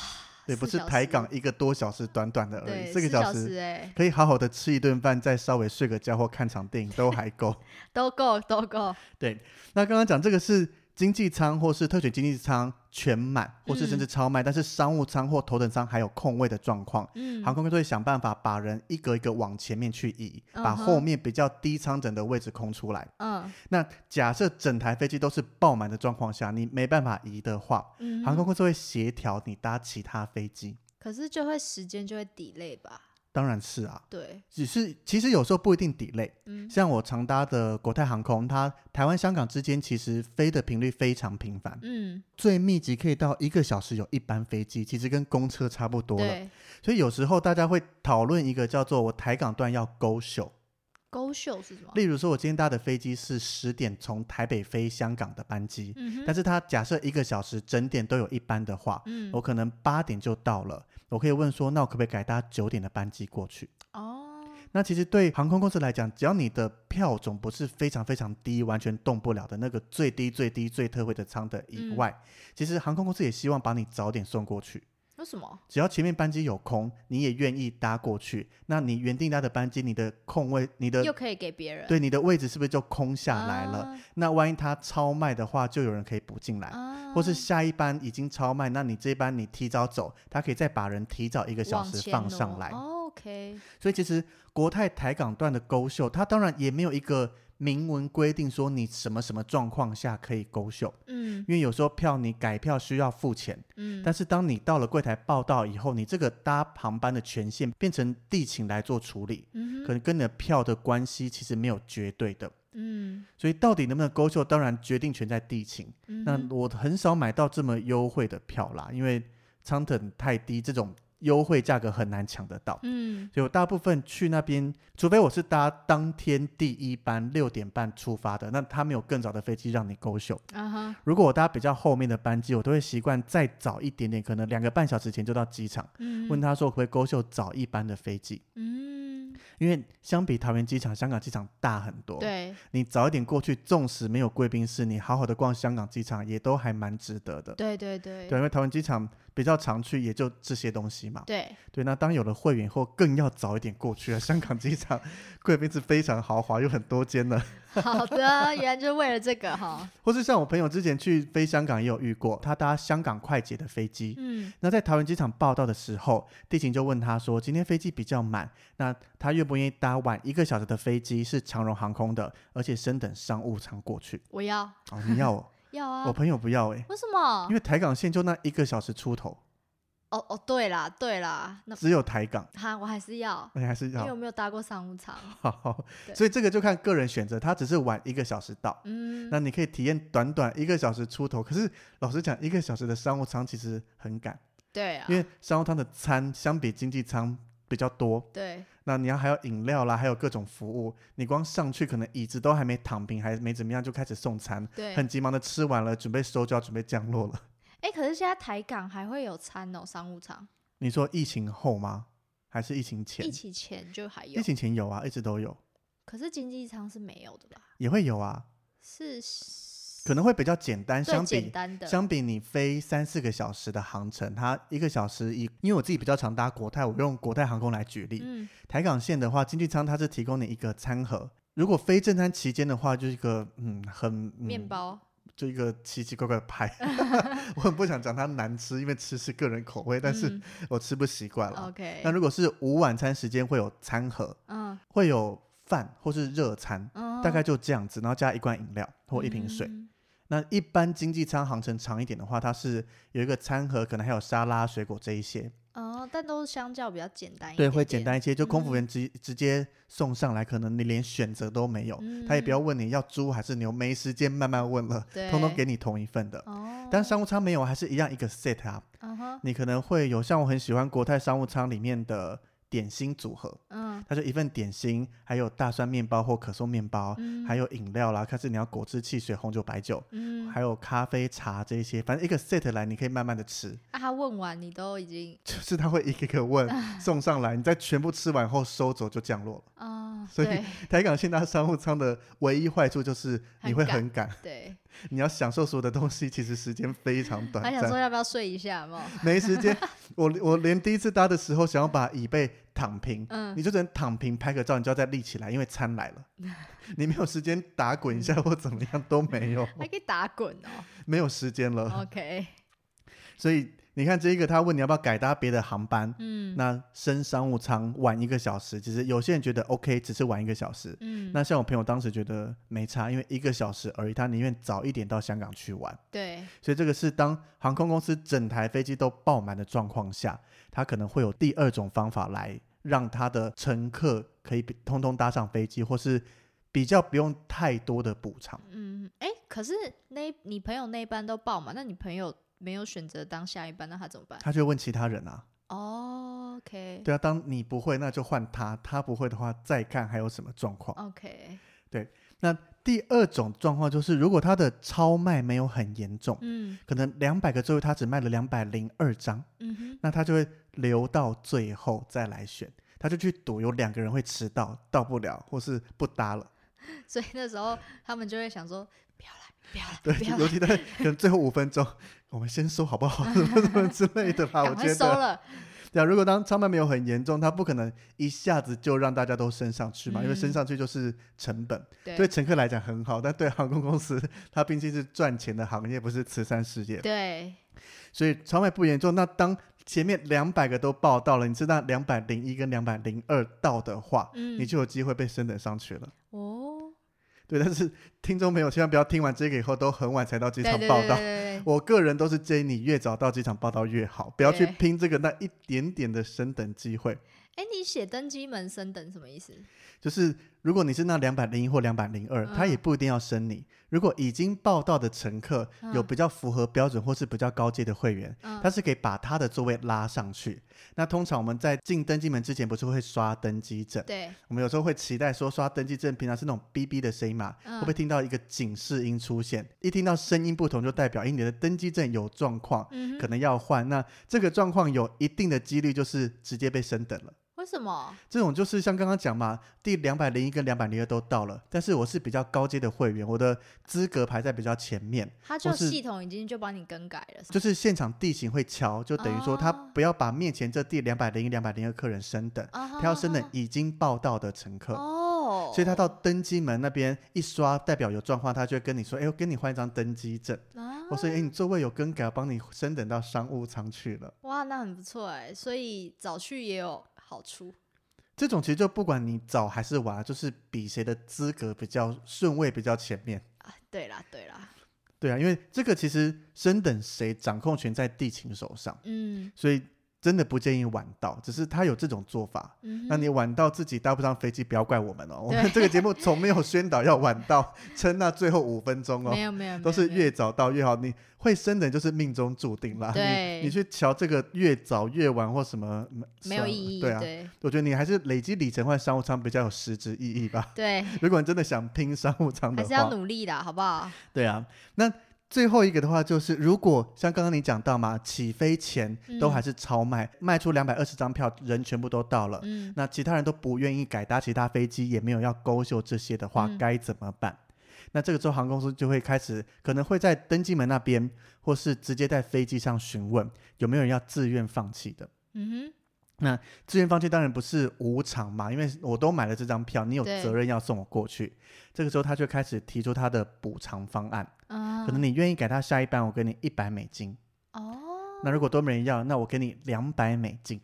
Speaker 2: 对，不
Speaker 1: 四
Speaker 2: 是
Speaker 1: 小
Speaker 2: 台
Speaker 1: 时
Speaker 2: 港一个多小时，短短的而已，
Speaker 1: 对，
Speaker 2: 呃四个
Speaker 1: 四小
Speaker 2: 时。
Speaker 1: 时哎、
Speaker 2: 可以好好的吃一顿饭，再稍微睡个觉或看场电影都还
Speaker 1: (laughs)
Speaker 2: 够。
Speaker 1: 都够，都够。
Speaker 2: 对，那刚刚讲这个是经济舱或是特选经济舱全满，或是
Speaker 1: 嗯
Speaker 2: 甚至超卖，但是商务舱或头等舱还有空位的状况，
Speaker 1: 嗯，
Speaker 2: 航空公司会想办法把人一格一个往前面去移，把
Speaker 1: 嗯哼
Speaker 2: 后面比较低舱等的位置空出来。
Speaker 1: 嗯
Speaker 2: 那假设整台飞机都是爆满的状况下，你没办法移的话，
Speaker 1: 嗯，
Speaker 2: 航空公司会协调你搭其他飞机。
Speaker 1: 可是就会时间就会 delay 吧？
Speaker 2: 当然是啊，
Speaker 1: 对，
Speaker 2: 只是其实有时候不一定 delay。
Speaker 1: 嗯
Speaker 2: 像我常搭的国泰航空，它台湾香港之间其实飞的频率非常频繁，
Speaker 1: 嗯，
Speaker 2: 最密集可以到一个小时有一班飞机，其实跟公车差不多了。
Speaker 1: 对，
Speaker 2: 所以有时候大家会讨论一个叫做我台港段要勾秀，
Speaker 1: 勾秀是什么？
Speaker 2: 例如说，我今天搭的飞机是十点从台北飞香港的班机，
Speaker 1: 嗯
Speaker 2: 但
Speaker 1: 哼，
Speaker 2: 是它假设一个小时整点都有一班的话，
Speaker 1: 嗯
Speaker 2: 我可能八点就到了，我可以问说，那我可不可以改搭九点的班机过去？
Speaker 1: 哦，
Speaker 2: 那其实对航空公司来讲，只要你的票种不是非常非常低，完全动不了的那个最低最低最特惠的舱的以
Speaker 1: 嗯
Speaker 2: 外，其实航空公司也希望把你早点送过去。
Speaker 1: 为什么？
Speaker 2: 只要前面班机有空，你也愿意搭过去，那你原定搭的班机，你的空位，你的
Speaker 1: 又可以给别人？
Speaker 2: 呃对你的位置是不是就空下来了？
Speaker 1: 啊，
Speaker 2: 那万一它超卖的话，就有人可以补进来，
Speaker 1: 啊
Speaker 2: 或是下一班已经超卖，那你这一班你提早走，他可以再把人提早一个小
Speaker 1: 往
Speaker 2: 时
Speaker 1: 前
Speaker 2: 放
Speaker 1: 挪
Speaker 2: 上来。
Speaker 1: 哦 OK，
Speaker 2: 所以其实国泰台港段的勾秀，它当然也没有一个明文规定说你什么什么状况下可以勾秀，
Speaker 1: 嗯
Speaker 2: 因为有时候票你改票需要付钱，
Speaker 1: 嗯
Speaker 2: 但是当你到了柜台报到以后，你这个搭航班的权限变成地勤来做处理，
Speaker 1: 嗯
Speaker 2: 可能跟你的票的关系其实没有绝对的。
Speaker 1: 嗯
Speaker 2: 所以到底能不能勾秀，当然决定权在地勤。
Speaker 1: 嗯
Speaker 2: 那
Speaker 1: 哼
Speaker 2: 我很少买到这么优惠的票啦，因为舱等太低，这种优惠价格很难抢得到。
Speaker 1: 嗯
Speaker 2: 所以我大部分去那边，除非我是搭当天第一班六点半出发的，那他没有更早的飞机让你勾秀。
Speaker 1: 啊哈
Speaker 2: 如果我搭比较后面的班机，我都会习惯再早一点点，可能两个半小时前就到机场，
Speaker 1: 嗯
Speaker 2: 问他说可不可以勾秀早一班的飞机，
Speaker 1: 嗯
Speaker 2: 因为相比桃园机场，香港机场大很多。，
Speaker 1: 对
Speaker 2: 你早一点过去，纵使没有贵宾室，你好好的逛香港机场也都还蛮值得的。
Speaker 1: 对对对
Speaker 2: 对，因为桃园机场比较常去，也就这些东西嘛。
Speaker 1: 对
Speaker 2: 对，那当有了会员以后，更要早一点过去啊。香港机场贵宾室非常豪华，有很多间呢。
Speaker 1: 好的，原来就是为了这个哈，
Speaker 2: 或是像我朋友之前去飞香港也有遇过，他搭香港快捷的飞机，
Speaker 1: 嗯
Speaker 2: 那在桃园机场报到的时候，地勤就问他说：“今天飞机比较满，那他愿不愿意搭晚一个小时的飞机？是长荣航空的，而且升等商务舱过去。
Speaker 1: 我要”
Speaker 2: 哦，你要哦，
Speaker 1: 要啊
Speaker 2: 我，朋友不要哎、
Speaker 1: 为什么
Speaker 2: 因？为台港线就那一个小时出头，
Speaker 1: 哦哦，对啦对啦，那
Speaker 2: 只有台港， (laughs)
Speaker 1: 哈我还是要，
Speaker 2: 你还是
Speaker 1: 因为我
Speaker 2: 要
Speaker 1: 没有搭过商务舱，
Speaker 2: 好好。
Speaker 1: 对
Speaker 2: 所以这个就看个人选择，他只是晚一个小时到。
Speaker 1: 嗯
Speaker 2: 那你可以体验短短一个小时出头，可是老实讲，一个小时的商务舱其实很赶，
Speaker 1: 对啊
Speaker 2: 因，为商务舱的餐相比经济舱比较多，
Speaker 1: 对
Speaker 2: 那你要还有饮料啦，还有各种服务，你光上去可能椅子都还没躺平，还没怎么样就开始送餐，
Speaker 1: 对，
Speaker 2: 很急忙的吃完了，准备收就要准备降落了。
Speaker 1: 哎，可是现在台港还会有餐哦，商务舱
Speaker 2: 你说疫情后吗？还是疫情前
Speaker 1: 疫？情前就还有
Speaker 2: 疫，情前有啊，一直都有，
Speaker 1: 可是经济舱是没有的吧？
Speaker 2: 也会有啊，
Speaker 1: 是
Speaker 2: 可能会比较简单，
Speaker 1: 最
Speaker 2: 相
Speaker 1: 简
Speaker 2: 比。
Speaker 1: 单的，
Speaker 2: 相比你飞三四个小时的航程，它一个小时一，因为我自己比较常搭国泰，我用国泰航空来举例。
Speaker 1: 嗯
Speaker 2: 台港线的话，经济舱它是提供你一个餐盒，如果非正餐期间的话，就是一个嗯很
Speaker 1: 面
Speaker 2: 嗯
Speaker 1: 包，
Speaker 2: 就一个奇奇怪怪的
Speaker 1: (laughs)
Speaker 2: 派， (laughs) 我很不想讲它难吃，因为吃是个人口味，但是
Speaker 1: 嗯
Speaker 2: 我吃不习惯了。
Speaker 1: OK，
Speaker 2: 那如果是午晚餐时间，会有餐盒，
Speaker 1: 嗯
Speaker 2: 会有饭或是热餐，
Speaker 1: 嗯，
Speaker 2: 大概就这样子，然后加一罐饮料或一瓶水。
Speaker 1: 嗯
Speaker 2: 那一般经济舱航程长一点的话，它是有一个餐盒，可能还有沙拉、水果这一些，
Speaker 1: 哦，但都是相较比较简单一
Speaker 2: 对，
Speaker 1: 点，
Speaker 2: 会简，单一些。就空服
Speaker 1: 哎嗯
Speaker 2: 员直、直接送上来，可能你连选择都没
Speaker 1: 嗯
Speaker 2: 有，他也不要问你要猪还是牛，没时间慢慢问了，
Speaker 1: 嗯对
Speaker 2: 通通给你同一份的。
Speaker 1: 哦，
Speaker 2: 但商务舱没有，还是一样一个 set 啊。
Speaker 1: 嗯哼
Speaker 2: 你可能会有像我很喜欢国泰商务舱里面的点心组合，
Speaker 1: 嗯
Speaker 2: 它就一份点心，还有大蒜面包或可颂面包，
Speaker 1: 嗯，
Speaker 2: 还有饮料啦，看是你要果汁、汽水、红酒、白酒，
Speaker 1: 嗯，
Speaker 2: 还有咖啡、茶这些，反正一个 set 来，你可以慢慢的吃。 (laughs)
Speaker 1: 啊，他问完你都已经
Speaker 2: 就是他会一个一个
Speaker 1: (laughs)
Speaker 2: 问送上来，你在全部吃完后收走就降落了。
Speaker 1: 啊，
Speaker 2: 所以
Speaker 1: 对
Speaker 2: 台港现在商务舱的唯一坏处就是你会很
Speaker 1: 很
Speaker 2: 赶， (laughs)
Speaker 1: 对，
Speaker 2: 你要享受所有的东西，其实时间非常短
Speaker 1: 还想
Speaker 2: 暂
Speaker 1: 说。要不要睡一下嘛？
Speaker 2: 没时间。 (laughs) 我我连第一次搭的时候，想要把椅背躺平，
Speaker 1: 嗯
Speaker 2: 你就只能躺平拍个照，你就要再立起来，因为餐来
Speaker 1: (laughs)
Speaker 2: 了，你没有时间打滚一
Speaker 1: 嗯
Speaker 2: 下或怎么样都没有，
Speaker 1: 还可以打滚
Speaker 2: (laughs)
Speaker 1: 哦。
Speaker 2: 没有时间了。
Speaker 1: OK，
Speaker 2: 所以你看这一个，他问你要不要改搭别的航班。
Speaker 1: 嗯
Speaker 2: 那升商务舱晚一个小时，其实有些人觉得 OK，只是晚一个小时。
Speaker 1: 嗯，
Speaker 2: 那像我朋友当时觉得没差，因为一个小时而已，他宁愿早一点到香港去玩。
Speaker 1: 对，
Speaker 2: 所以这个是当航空公司整台飞机都爆满的状况下，它可能会有第二种方法来让它的乘客可以比通通搭上飞机，或是比较不用太多的补偿。
Speaker 1: 嗯，哎，可是那你朋友那一班都报嘛？那你朋友没有选择当下一班，那他怎么办
Speaker 2: 他就会问其他人啊，
Speaker 1: 哦？OK
Speaker 2: 对啊，当你不会，那就换他，他不会的话，再看还有什么状况。
Speaker 1: OK，
Speaker 2: 第二种状况就是，如果他的超卖没有很严重，
Speaker 1: 嗯
Speaker 2: 可能两百个座位他只卖了两百零二张，
Speaker 1: 嗯哼， (laughs)
Speaker 2: 那他就会留到最后再来选，他就去赌有两个人会迟到，到不了或是不搭了。 (laughs)
Speaker 1: 所以那时候他们就会想说，不要来，不要了，
Speaker 2: 对
Speaker 1: 不要，
Speaker 2: 尤
Speaker 1: 了，
Speaker 2: 其在可能最后五分钟， (laughs) 我们先收好不好？什么什么之类的吧，我
Speaker 1: 赶快
Speaker 2: 觉
Speaker 1: 收
Speaker 2: 得。
Speaker 1: 了。
Speaker 2: 对啊，如果当伤疤没有很严重，它不可能一下子就让大家都升上去嘛，因为升
Speaker 1: 嗯
Speaker 2: 上去就是成本。
Speaker 1: 对
Speaker 2: 对乘客来讲很好，但对航空公司，它毕竟是赚钱的行业，不是慈善事业，
Speaker 1: 对，
Speaker 2: 所以超卖不严重。那当前面两百个都报到了，你知道两百零一跟两百零二到的话，
Speaker 1: 嗯，
Speaker 2: 你就有机会被升等上去了。
Speaker 1: 哦，
Speaker 2: 对，但是听众朋友千万不要听完这个以后都很晚才到机
Speaker 1: 对
Speaker 2: 场
Speaker 1: 对对
Speaker 2: 报
Speaker 1: 对
Speaker 2: 到。
Speaker 1: 对
Speaker 2: (laughs)
Speaker 1: 对
Speaker 2: 我个人都是建议你越早到机场报到越好，不要去
Speaker 1: 对
Speaker 2: 拼这个那一点点的升等机会。
Speaker 1: 哎，你写登机门升等什么意思？
Speaker 2: 就是如果你是那两百零一或两百零二，他
Speaker 1: 嗯
Speaker 2: 也不一定要升你。如果已经报到的乘客有
Speaker 1: 嗯
Speaker 2: 比较符合标准或是比较高阶的会员，
Speaker 1: 嗯
Speaker 2: 他是可以把他的座位拉上去。那通常我们在进登机门之前，不是会刷登机证？
Speaker 1: 对，
Speaker 2: 我们有时候会期待说刷登记证，平常是那种哔哔的声音嘛，
Speaker 1: 嗯
Speaker 2: 会不会听到一个警示音出现？一听到声音不同，就代表哎你的登机证有状况，
Speaker 1: 嗯
Speaker 2: 可
Speaker 1: 哼，
Speaker 2: 能要换。那这个状况有一定的几率就是直接被升等了。
Speaker 1: 为什么？
Speaker 2: 这种就是像刚刚讲嘛，第两百零一跟两百零二都到了，但是我是比较高阶的会员，我的资格排在比较前面，
Speaker 1: 它就
Speaker 2: 就是
Speaker 1: 系统已经就帮你更改了，
Speaker 2: 就是现场地形会敲，就等于说他
Speaker 1: 哦
Speaker 2: 不要把面前这第两百零一、两百零二客人升等，
Speaker 1: 他
Speaker 2: 他要升等已经报到的乘客。
Speaker 1: 哦，
Speaker 2: 所以他到登机门那边一刷，代表有状况，他就会跟你说：“哎、我跟你换一张登机证。
Speaker 1: 啊
Speaker 2: 我说：“哎、你座位有更改，我帮你升等到商务舱去了。
Speaker 1: 哇，那很不错哎，所以早去也有好处。”
Speaker 2: 这种其实就不管你早还是晚，啊就是比谁的资格比较顺位比较前面。
Speaker 1: 啊，对啦，对啦，
Speaker 2: 对啊，因为这个其实升等谁掌控权在地勤手上，
Speaker 1: 嗯
Speaker 2: 所以真的不建议晚到，只是他有这种做法。
Speaker 1: 嗯
Speaker 2: 那
Speaker 1: 哼
Speaker 2: 你晚到自己搭不上飞机，不要怪我们哦。我
Speaker 1: 对
Speaker 2: 们这个节目从没有宣导要晚到， (laughs) 撑那最后五分钟哦
Speaker 1: 没。有没有，
Speaker 2: 都
Speaker 1: 没有
Speaker 2: 是
Speaker 1: 没有
Speaker 2: 越早到越好，你会升等就是命中注定啦。
Speaker 1: 对
Speaker 2: 你你去瞧这个越早越晚或什么，嗯
Speaker 1: 没
Speaker 2: 算
Speaker 1: 有
Speaker 2: 了
Speaker 1: 意义，
Speaker 2: 对啊，
Speaker 1: 对
Speaker 2: 我觉得你还是累积里程换商务舱比较有实质意义吧。 (laughs)
Speaker 1: 对，
Speaker 2: 如果你真的想拼商务舱的
Speaker 1: 还是要
Speaker 2: 话，
Speaker 1: 努力的，好不好？
Speaker 2: 对啊，那。最后一个的话就是，如果像刚刚你讲到嘛，起飞前都
Speaker 1: 嗯
Speaker 2: 还是超卖，卖出两百二十张票，人全部都到了，
Speaker 1: 嗯，
Speaker 2: 那其他人都不愿意改搭其他飞机，也没有要勾秀这些的话，
Speaker 1: 嗯
Speaker 2: 该怎么办？那这个时候航空公司就会开始，可能会在登机门那边，或是直接在飞机上询问有没有人要自愿放弃的。
Speaker 1: 嗯
Speaker 2: 自愿放弃当然不是无偿嘛，因为我都买了这张票，你有
Speaker 1: 对
Speaker 2: 责任要送我过去。这个时候他就开始提出他的补偿方案，
Speaker 1: 哼，啊，
Speaker 2: 可能你愿意改他下一班，我给你一百美金。
Speaker 1: 哦， (laughs)
Speaker 2: 那如果都没人要，那我给你两百美金。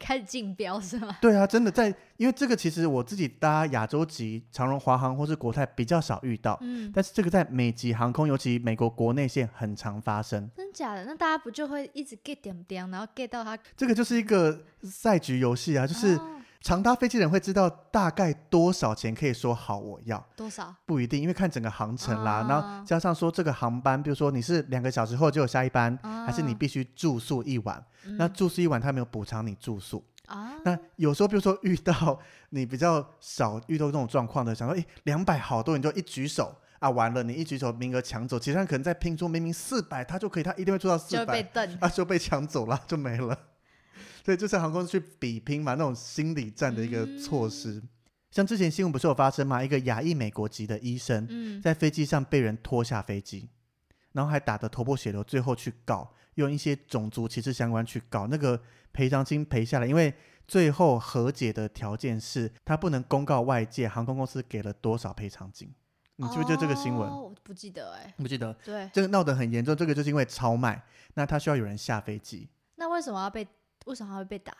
Speaker 1: 开始竞标是吗？
Speaker 2: 对啊，真的在，因为这个其实我自己搭亚洲级长荣、华航或是国泰比较少遇到，
Speaker 1: 嗯，
Speaker 2: 但是这个在美籍航空，尤其美国国内线很常发生。
Speaker 1: 真假的？那大家不就会一直 get 点点，然后 get 到他，
Speaker 2: 这个就是一个赛局游戏啊，就是
Speaker 1: 哦
Speaker 2: 常搭飞机的人会知道大概多少钱可以说好我要。
Speaker 1: 多少？
Speaker 2: 不一定，因为看整个航程啦，
Speaker 1: 啊
Speaker 2: 然后加上说这个航班，比如说你是两个小时后就有下一班，还是你
Speaker 1: 啊
Speaker 2: 必须住宿一晚？
Speaker 1: 嗯
Speaker 2: 那住宿一晚他没有补偿你住宿，
Speaker 1: 啊，
Speaker 2: 那有时候，比如说遇到你比较少遇到这种状况的，想说，诶两百好多，你就一举手啊，完了，你一举手名额抢走，其他人可能在拼说明明四百，他就可以，他一定会做到
Speaker 1: 就
Speaker 2: 四
Speaker 1: 会被
Speaker 2: 百，
Speaker 1: 瞪。
Speaker 2: 啊，就被抢走了，就没了。 (laughs) 所以就是航空公司去比拼嘛，那种心理战的一个措施。
Speaker 1: 嗯
Speaker 2: 像之前新闻不是有发生嘛，一个亚裔美国籍的医生
Speaker 1: 嗯，
Speaker 2: 在飞机上被人拖下飞机，然后还打得头破血流，最后去告，用一些种族歧视相关去告，那个赔偿金赔下来，因为最后和解的条件是他不能公告外界航空公司给了多少赔偿金。 (laughs) 你记不记得这个新闻？
Speaker 1: 哦我不记得哎，
Speaker 2: 你不记得，
Speaker 1: 对，
Speaker 2: 这个闹得很严重，这个就是因为超卖，那他需要有人下飞机。
Speaker 1: 那为什么要被？为什么还会被打？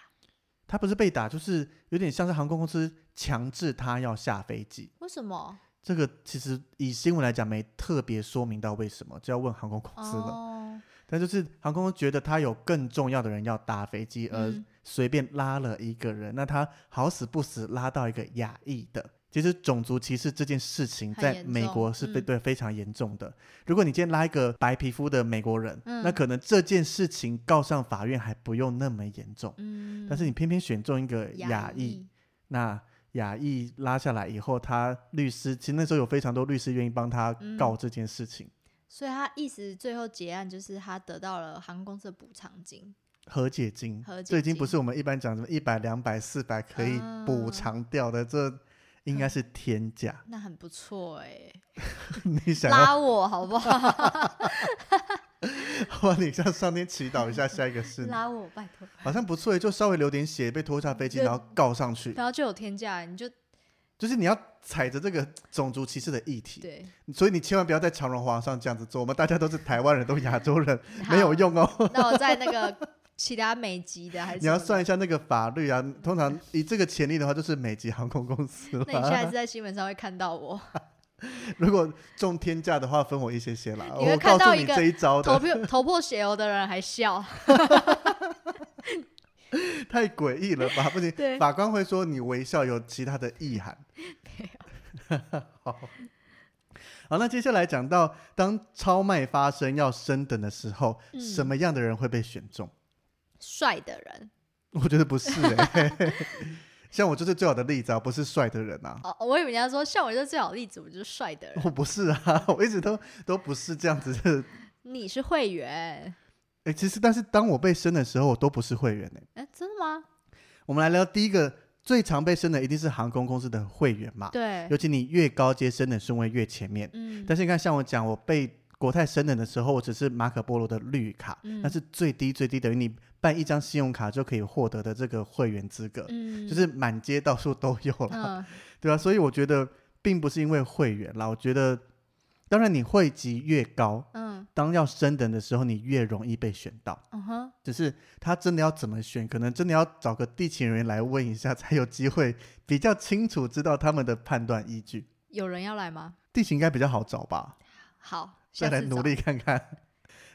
Speaker 2: 他不是被打，就是有点像是航空公司强制他要下飞机。
Speaker 1: 为什么？
Speaker 2: 这个其实以新闻来讲没特别说明到为什么，就要问航空公司了。
Speaker 1: 哦，
Speaker 2: 但就是航空公司觉得他有更重要的人要搭飞机，而
Speaker 1: 嗯
Speaker 2: 随便拉了一个人，那他好死不死拉到一个亚裔的。其实种族歧视这件事情
Speaker 1: 很
Speaker 2: 在
Speaker 1: 严
Speaker 2: 美国
Speaker 1: 重
Speaker 2: 是非
Speaker 1: 嗯
Speaker 2: 对非常严重的。如果你今天拉一个白皮肤的美国人，那
Speaker 1: 嗯
Speaker 2: 可能这件事情告上法院还不用那么严重。
Speaker 1: 嗯，
Speaker 2: 但是你偏偏选中一个亚
Speaker 1: 压
Speaker 2: 裔，，那亚裔拉下来以后，他律师其实那时候有非常多律师愿意帮他
Speaker 1: 嗯
Speaker 2: 告这件事情，
Speaker 1: 所以他意思最后结案就是他得到了航空公司的补偿金。
Speaker 2: 和解金，
Speaker 1: 和
Speaker 2: 嗯
Speaker 1: 解
Speaker 2: 这已经不
Speaker 1: 金
Speaker 2: 是我们一般讲什么一百、两百、四百可以补
Speaker 1: 啊
Speaker 2: 偿掉的，这应该是天价。
Speaker 1: 那很不错哎、
Speaker 2: (laughs) 你想要
Speaker 1: 拉我好
Speaker 2: (laughs)
Speaker 1: 不好？
Speaker 2: 好吧，你向上天祈祷一下下一个事，
Speaker 1: 拉我，拜托。
Speaker 2: 好像不错欸耶，就稍微流点血，被拖下飞机，
Speaker 1: 对
Speaker 2: 然后告上去
Speaker 1: 不，要就有天价，你就
Speaker 2: 就是你要踩着这个种族歧视的议题，
Speaker 1: 对，
Speaker 2: 所以你千万不要在长荣华上这样子做，我们大家都是台湾人，都是亚洲人， (laughs) 没有
Speaker 1: 好。
Speaker 2: 用哦。
Speaker 1: 那我在那个其他美籍的还是
Speaker 2: 你要
Speaker 1: 什么
Speaker 2: 算一下那个法律啊，通常以这个潜力的话，就是美籍航空公司
Speaker 1: 的那你下一次
Speaker 2: 啦。 (laughs)
Speaker 1: 在新闻上会看到我
Speaker 2: 如果中天价的话，分我一些些啦。
Speaker 1: 你会
Speaker 2: 我告诉
Speaker 1: 看到
Speaker 2: 你
Speaker 1: 一个
Speaker 2: 这一招
Speaker 1: 头
Speaker 2: 的，
Speaker 1: 破头破血流的人还笑，
Speaker 2: (laughs) 太诡异了
Speaker 1: (laughs)
Speaker 2: 吧？不行，
Speaker 1: 对，
Speaker 2: 法官会说你微笑有其他的意
Speaker 1: (laughs)
Speaker 2: 涵。
Speaker 1: 哦
Speaker 2: (laughs) 好，好，那接下来讲到当超卖发生要升等的时候，
Speaker 1: 嗯
Speaker 2: 什么样的人会被选中？ (laughs)
Speaker 1: 帅的人
Speaker 2: 我觉得不是哎、 (laughs) 像我就是最好的例子啊，不是帅的人
Speaker 1: (laughs)
Speaker 2: 啊，
Speaker 1: 哦，我以为人家说像我这最好的例子，我就是帅的人，
Speaker 2: 我不是啊，我一直都都不是这样子的。
Speaker 1: 你是会员，
Speaker 2: 哎、其实但是当我被升的时候，我都不是会员哎、
Speaker 1: 哎，真的吗？
Speaker 2: 我们来聊第一个最常被升的，一定是航空公司的会员嘛，
Speaker 1: 对，
Speaker 2: 尤其你越高阶升的顺位越前面。
Speaker 1: 嗯，
Speaker 2: 但是你看，像我讲，我被国泰升等的时候，我只是马可波罗的绿卡，
Speaker 1: 嗯
Speaker 2: 那是最低最低，等于你办一张信用卡就可以获得的这个会员资格，
Speaker 1: 嗯，
Speaker 2: 就是满街到处都有了，
Speaker 1: 嗯，
Speaker 2: 对啊，所以我觉得并不是因为会员啦，我觉得，当然你会籍越高，
Speaker 1: 嗯
Speaker 2: 当要升等的时候，你越容易被选到。
Speaker 1: 嗯哼，
Speaker 2: 只是他真的要怎么选，可能真的要找个地勤人员来问一下，才有机会比较清楚知道他们的判断依据。
Speaker 1: 有人要来吗？
Speaker 2: 地勤应该比较好找吧？
Speaker 1: 好，
Speaker 2: 再
Speaker 1: 下
Speaker 2: 来
Speaker 1: 次
Speaker 2: 努
Speaker 1: 找
Speaker 2: 力看看。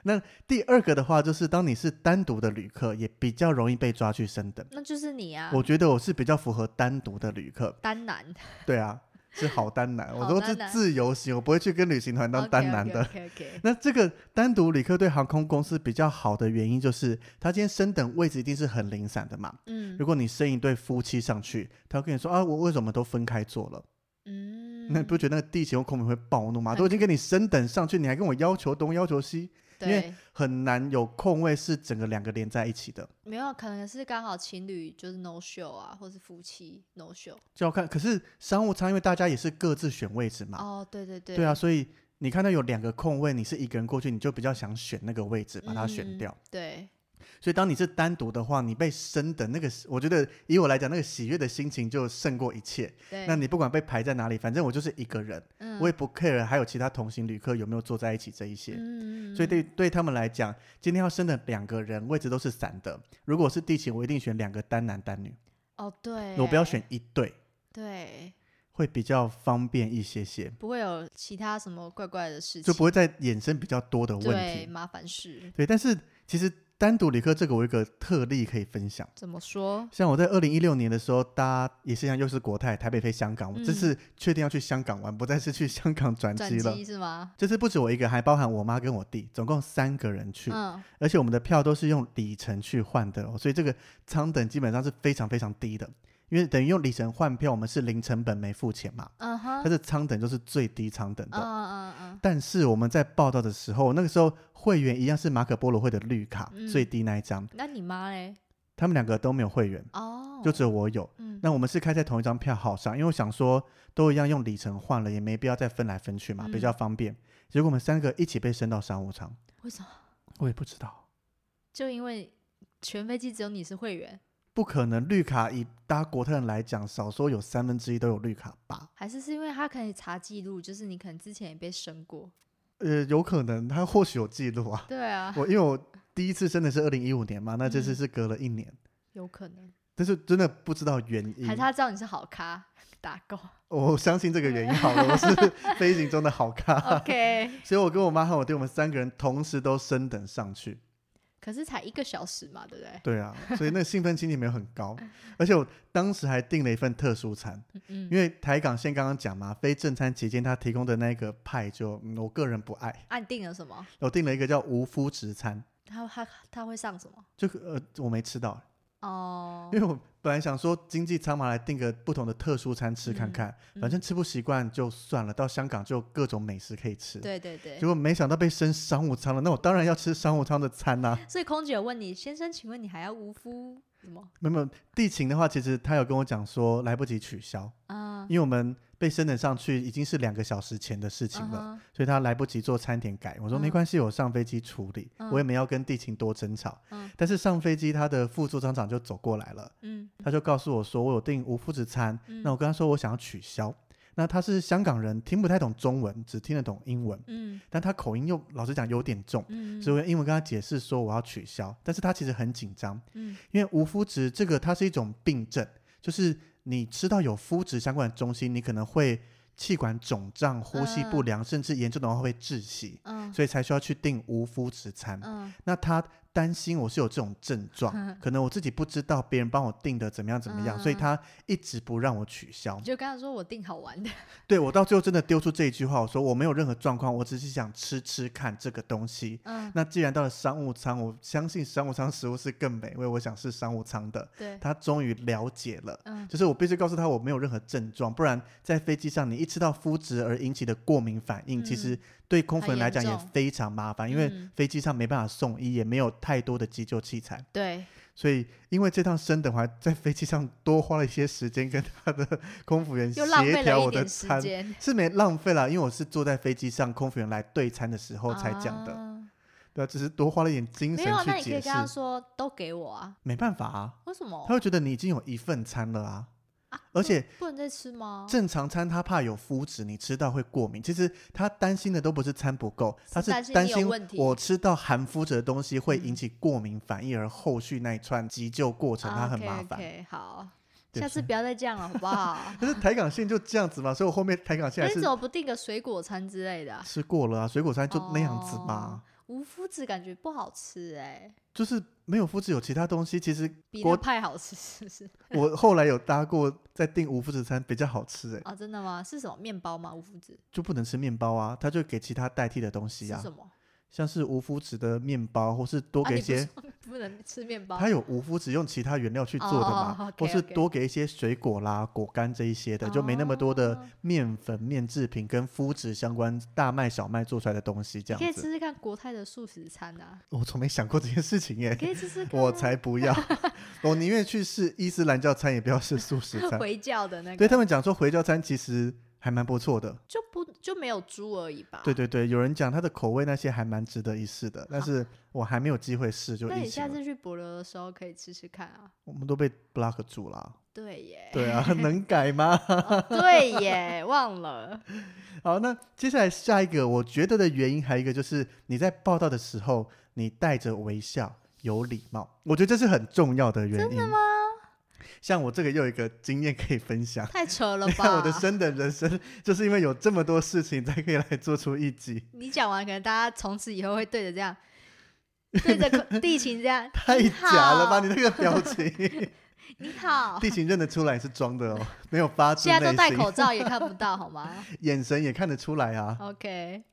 Speaker 2: 那第二个的话，就是当你是单独的旅客，也比较容易被抓去升等。
Speaker 1: 那就是你啊，
Speaker 2: 我觉得我是比较符合单独的旅客，(laughs)
Speaker 1: 单男，
Speaker 2: 对啊，是好单男，我
Speaker 1: 好
Speaker 2: 都
Speaker 1: 单
Speaker 2: 是
Speaker 1: 男
Speaker 2: 自由行，我不会去跟旅行团当单男的。
Speaker 1: ，OK
Speaker 2: (laughs)
Speaker 1: OK，
Speaker 2: 那这个单独旅客对航空公司比较好的原因，就是他今天升等位置一定是很零散的嘛。
Speaker 1: 嗯
Speaker 2: 如果你升一对夫妻上去，他会跟你说啊，我为什么都分开坐了？
Speaker 1: 嗯，
Speaker 2: 那你不觉得那个地勤或空服会暴怒吗？
Speaker 1: 很
Speaker 2: 都已经跟你升等上去，你还跟我要求东要求西，因为
Speaker 1: 对，
Speaker 2: 很难有空位是整个两个连在一起的，
Speaker 1: 没有，啊可能是刚好情侣就是 no show 啊，或是夫妻 no show。
Speaker 2: 就要看。可是商务舱因为大家也是各自选位置嘛，
Speaker 1: 哦，对对对，
Speaker 2: 对啊，，所以你看到有两个空位，你是一个人过去，你就比较想选那个位置，把它选
Speaker 1: 嗯
Speaker 2: 掉。
Speaker 1: 对，
Speaker 2: 所以当你是单独的话，你被升等那个，我觉得以我来讲，那个喜悦的心情就胜过一切。
Speaker 1: 对，
Speaker 2: 那你不管被排在哪里，反正我就是一个人，
Speaker 1: 嗯
Speaker 2: 我也不 care 还有其他同行旅客有没有坐在一起这一些。
Speaker 1: 嗯，
Speaker 2: 所以
Speaker 1: 嗯
Speaker 2: 对对他们来讲，今天要升的两个人位置都是散的。如果是地勤，我一定选两个单男单女，
Speaker 1: 哦对，
Speaker 2: 我不要选，一对，
Speaker 1: 对，
Speaker 2: 会比较方便一些些，
Speaker 1: 不会有其他什么怪怪的事情，
Speaker 2: 就不会再衍生比较多的问
Speaker 1: 对
Speaker 2: 题。
Speaker 1: 麻烦事。
Speaker 2: 对，但是其实单独旅客这个我有一个特例可以分享。
Speaker 1: 怎么说？
Speaker 2: 像我在二零一六年的时候搭也是像又是国泰台北飞香港，我这
Speaker 1: 嗯
Speaker 2: 次确定要去香港玩，不再是去香港转
Speaker 1: 转
Speaker 2: 机了。
Speaker 1: 机是吗？
Speaker 2: 这次不止我一个，还包含我妈跟我弟，总共三个人去。
Speaker 1: 嗯，
Speaker 2: 而且我们的票都是用里程去换的、哦，所以这个舱等基本上是非常非常低的，因为等于用里程换票，我们是零成本没付钱嘛，
Speaker 1: 嗯哼，
Speaker 2: 但是舱等就是最低舱等的。
Speaker 1: 嗯嗯嗯
Speaker 2: 但是我们在报道的时候，那个时候会员一样是马可波罗会的绿卡，
Speaker 1: 嗯
Speaker 2: 最低那一张，
Speaker 1: 嗯，那你妈嘞？
Speaker 2: 他们两个都没有会员，
Speaker 1: 哦，
Speaker 2: 就只有我有。
Speaker 1: 嗯，
Speaker 2: 那我们是开在同一张票号上，因为我想说都一样用里程换了，也没必要再分来分去嘛，比
Speaker 1: 嗯
Speaker 2: 较方便。结果我们三个一起被升到商务舱，
Speaker 1: 为什么？
Speaker 2: 我也不知道。
Speaker 1: 就因为全飞机只有你是会员，
Speaker 2: 不可能绿卡以搭国泰人来讲，少说有三分之一都有绿卡吧？
Speaker 1: 还是是因为他可以查记录，就是你可能之前也被升过。
Speaker 2: 呃，有可能，他或许有记录啊。
Speaker 1: 对啊，
Speaker 2: 我因为我第一次真的是二零一五年嘛，那这次
Speaker 1: 嗯
Speaker 2: 是隔了一年，
Speaker 1: 有可能，
Speaker 2: 但是真的不知道原因
Speaker 1: 还。是他知道你是好咖， (laughs) 打
Speaker 2: (laughs)
Speaker 1: 勾。
Speaker 2: 我相信这个原因好
Speaker 1: (laughs)
Speaker 2: 了，我是飞行中的好咖，
Speaker 1: OK，
Speaker 2: 所以我跟我妈和我弟，我们三个人同时都升等上去。
Speaker 1: 可是才一个小时嘛，对不对？
Speaker 2: 对啊，所以那个兴奋心情没有很
Speaker 1: (laughs)
Speaker 2: 高，而且我当时还订了一份特殊餐，
Speaker 1: 嗯嗯，
Speaker 2: 因为台港线刚刚讲嘛，非正餐期间他提供的那个派就、嗯我个人不爱，
Speaker 1: 按定啊了什么？
Speaker 2: 我订了一个叫无麸质餐，
Speaker 1: 他他他会上什么？
Speaker 2: 就呃我没吃到，
Speaker 1: 哦
Speaker 2: 因，为我本来想说经济舱嘛来订个不同的特殊餐吃看
Speaker 1: 嗯
Speaker 2: 看，反正吃不习惯就算了，到香港就各种美食可以吃。
Speaker 1: 对对对
Speaker 2: 结。果没想到被升
Speaker 1: (laughs)
Speaker 2: 商务舱了，那我当然要吃商务舱的餐啦、啊
Speaker 1: 所以空姐问你，先生，请问你还要无麸是吗？
Speaker 2: 没有没有地勤的话，其实他有跟我讲说来不及取消，
Speaker 1: 啊，
Speaker 2: 因为我们被升等上去已经是两个小时前的事情了，
Speaker 1: 嗯
Speaker 2: 所以他来不及做餐点改。我说
Speaker 1: 嗯
Speaker 2: 没关系，我上飞机处理，
Speaker 1: 嗯
Speaker 2: 我也没要跟地勤多争吵。
Speaker 1: 嗯
Speaker 2: 但是上飞机，他的副座舱长就走过来了，
Speaker 1: 嗯
Speaker 2: 他就告诉我说我有订无麸质餐，
Speaker 1: 嗯
Speaker 2: 那我跟他说我想要取消。那他是香港人，听不太懂中文，只听得懂英文，
Speaker 1: 嗯
Speaker 2: 但他口音又老实讲有点重，
Speaker 1: 嗯，
Speaker 2: 所以我用英文跟他解释说我要取消，但是他其实很紧张，
Speaker 1: 嗯
Speaker 2: 因为无麸质这个它是一种病症，就是你吃到有麸质相关的东西，你可能会气管肿胀、呼吸不良，甚至严重的话会窒息，
Speaker 1: 嗯
Speaker 2: 所以才需要去订无麸质餐。
Speaker 1: 嗯
Speaker 2: 那他担心我是有这种症状，可能我自己不知道，别人帮我订的怎么样怎么样，所以
Speaker 1: 嗯
Speaker 2: 他一直不让我取消
Speaker 1: 你。就跟他说我订好玩的，
Speaker 2: 对我到最后真的丢出这一句话，我说我没有任何状况，我只是想吃吃看这个东西。
Speaker 1: 嗯，
Speaker 2: 那既然到了商务舱，我相信商务舱食物是更美味，我想是商务舱的。
Speaker 1: 对，
Speaker 2: 他终于了解了，
Speaker 1: 嗯
Speaker 2: 就是我必须告诉他我没有任何症状，不然在飞机上你一吃到麸质而引起的过敏反应，其
Speaker 1: 嗯
Speaker 2: 实对空服人来讲
Speaker 1: 很
Speaker 2: 也
Speaker 1: 严重
Speaker 2: 非常麻烦，因为
Speaker 1: 嗯
Speaker 2: 飞机上没办法送医，也没有太多的急救器材，
Speaker 1: 对，
Speaker 2: 所以因为这趟升等，我还在飞机上多花了一些时间跟他的空服员
Speaker 1: 又浪
Speaker 2: 协
Speaker 1: 费
Speaker 2: 调
Speaker 1: 了一
Speaker 2: 我的
Speaker 1: 点时
Speaker 2: 餐，
Speaker 1: 间，
Speaker 2: 是没浪费啦，因为我是坐在飞机上空服员来对餐的时候才讲的，
Speaker 1: 啊
Speaker 2: 对啊，只是多花了一点精
Speaker 1: 没
Speaker 2: 神
Speaker 1: 有啊，那
Speaker 2: 去
Speaker 1: 你可
Speaker 2: 解
Speaker 1: 以跟
Speaker 2: 释，
Speaker 1: 他说都给我啊，
Speaker 2: 没办法啊，
Speaker 1: 为什么
Speaker 2: 他？会觉得你已经有一份餐了啊，
Speaker 1: 啊
Speaker 2: 而且
Speaker 1: 不能再吃吗？
Speaker 2: 正常餐他怕有麸质，你吃到会过敏。其实他担心的都不是餐不够，他是
Speaker 1: 担心
Speaker 2: 担
Speaker 1: 你有
Speaker 2: 心
Speaker 1: 问题
Speaker 2: 我吃到含麸质的东西会
Speaker 1: 嗯
Speaker 2: 引起过敏反应，而后续那一串急救过程他很麻
Speaker 1: o
Speaker 2: 烦。
Speaker 1: k 好，
Speaker 2: 对
Speaker 1: 啊下
Speaker 2: 不
Speaker 1: 次
Speaker 2: 是
Speaker 1: 不要再这样了，好
Speaker 2: (laughs)
Speaker 1: 不好？
Speaker 2: 可是台港线就这样子嘛，所以我后面台港线
Speaker 1: 那
Speaker 2: 还
Speaker 1: 你
Speaker 2: 啊是
Speaker 1: 怎么不订个水果餐之类的啊、
Speaker 2: 吃过了啊，水果餐就那样子嘛，
Speaker 1: 无麸质感觉不好吃哎、
Speaker 2: 就是没有麸质有其他东西。其
Speaker 1: (laughs)
Speaker 2: 实
Speaker 1: 比那
Speaker 2: 国
Speaker 1: 派好吃是
Speaker 2: (laughs)
Speaker 1: 不是？
Speaker 2: 我后来有搭过在订无麸质餐比较好吃哎、
Speaker 1: 啊，真的吗？是什么面包吗？无麸质
Speaker 2: 就不能吃面包啊，他就给其他代替的东西
Speaker 1: 是
Speaker 2: 啊
Speaker 1: 什，么？
Speaker 2: 像是无麸质的面包，或是多
Speaker 1: 啊
Speaker 2: 给
Speaker 1: 你
Speaker 2: 一
Speaker 1: 不
Speaker 2: 些、
Speaker 1: 说不能吃面包
Speaker 2: 它有无麸质用其他原料去做的嘛，
Speaker 1: 哦
Speaker 2: 或是
Speaker 1: ，OK，OK
Speaker 2: 多给一些水果啦、果干这一些的，就没那么多的
Speaker 1: 哦
Speaker 2: 面粉、面制品跟麸质相关大麦、小麦做出来的东西这
Speaker 1: 哦你可以
Speaker 2: 样
Speaker 1: 试
Speaker 2: 子。
Speaker 1: 试看国泰的素食餐啊，
Speaker 2: 我从没想过这件事情耶
Speaker 1: 你，可以试
Speaker 2: (laughs)
Speaker 1: 试看啊、
Speaker 2: 我才不
Speaker 1: (laughs)
Speaker 2: 要，我宁愿去试伊斯兰教餐，也不要试素食餐。
Speaker 1: 回教的那
Speaker 2: 对
Speaker 1: 个，
Speaker 2: 他们讲说回教餐其实还蛮不错的，
Speaker 1: 就不就没有猪而已吧？
Speaker 2: 对对对，有人讲它的口味那些还蛮值得一试的，但是我还没有机会试，就
Speaker 1: 那
Speaker 2: 疫
Speaker 1: 你
Speaker 2: 情
Speaker 1: 下
Speaker 2: 了，
Speaker 1: 次去博流的时候可以吃吃看啊。
Speaker 2: 我们都被 block 住
Speaker 1: (laughs)
Speaker 2: 了。
Speaker 1: 对耶，
Speaker 2: (laughs) 对啊，能改吗？ (laughs)
Speaker 1: 对耶，忘了。
Speaker 2: 好，那接下来下一个，我觉得的原因还有一个就是你在报道的时候，你带着微笑，有礼貌，我觉得这是很重要的原因。真的吗？像我这个又有一个经验可以分享，
Speaker 1: 太扯了
Speaker 2: (laughs) 你看
Speaker 1: 吧！
Speaker 2: 我的升等人生，就是因为有这么多事情才可以来做出一集，
Speaker 1: 你讲完，可能大家从此以后会对着这样，对
Speaker 2: (laughs)
Speaker 1: 着客地勤这样，
Speaker 2: 太
Speaker 1: 你
Speaker 2: 假了吧？
Speaker 1: 好
Speaker 2: 你那个表情，
Speaker 1: 你好，
Speaker 2: 地勤认得出来是装的哦， (laughs) 没有发自
Speaker 1: 哦现在都
Speaker 2: 内
Speaker 1: 戴
Speaker 2: 心，
Speaker 1: 口
Speaker 2: (laughs)
Speaker 1: 罩也看不到，好吗
Speaker 2: 眼神也看得出来啊。
Speaker 1: ？OK，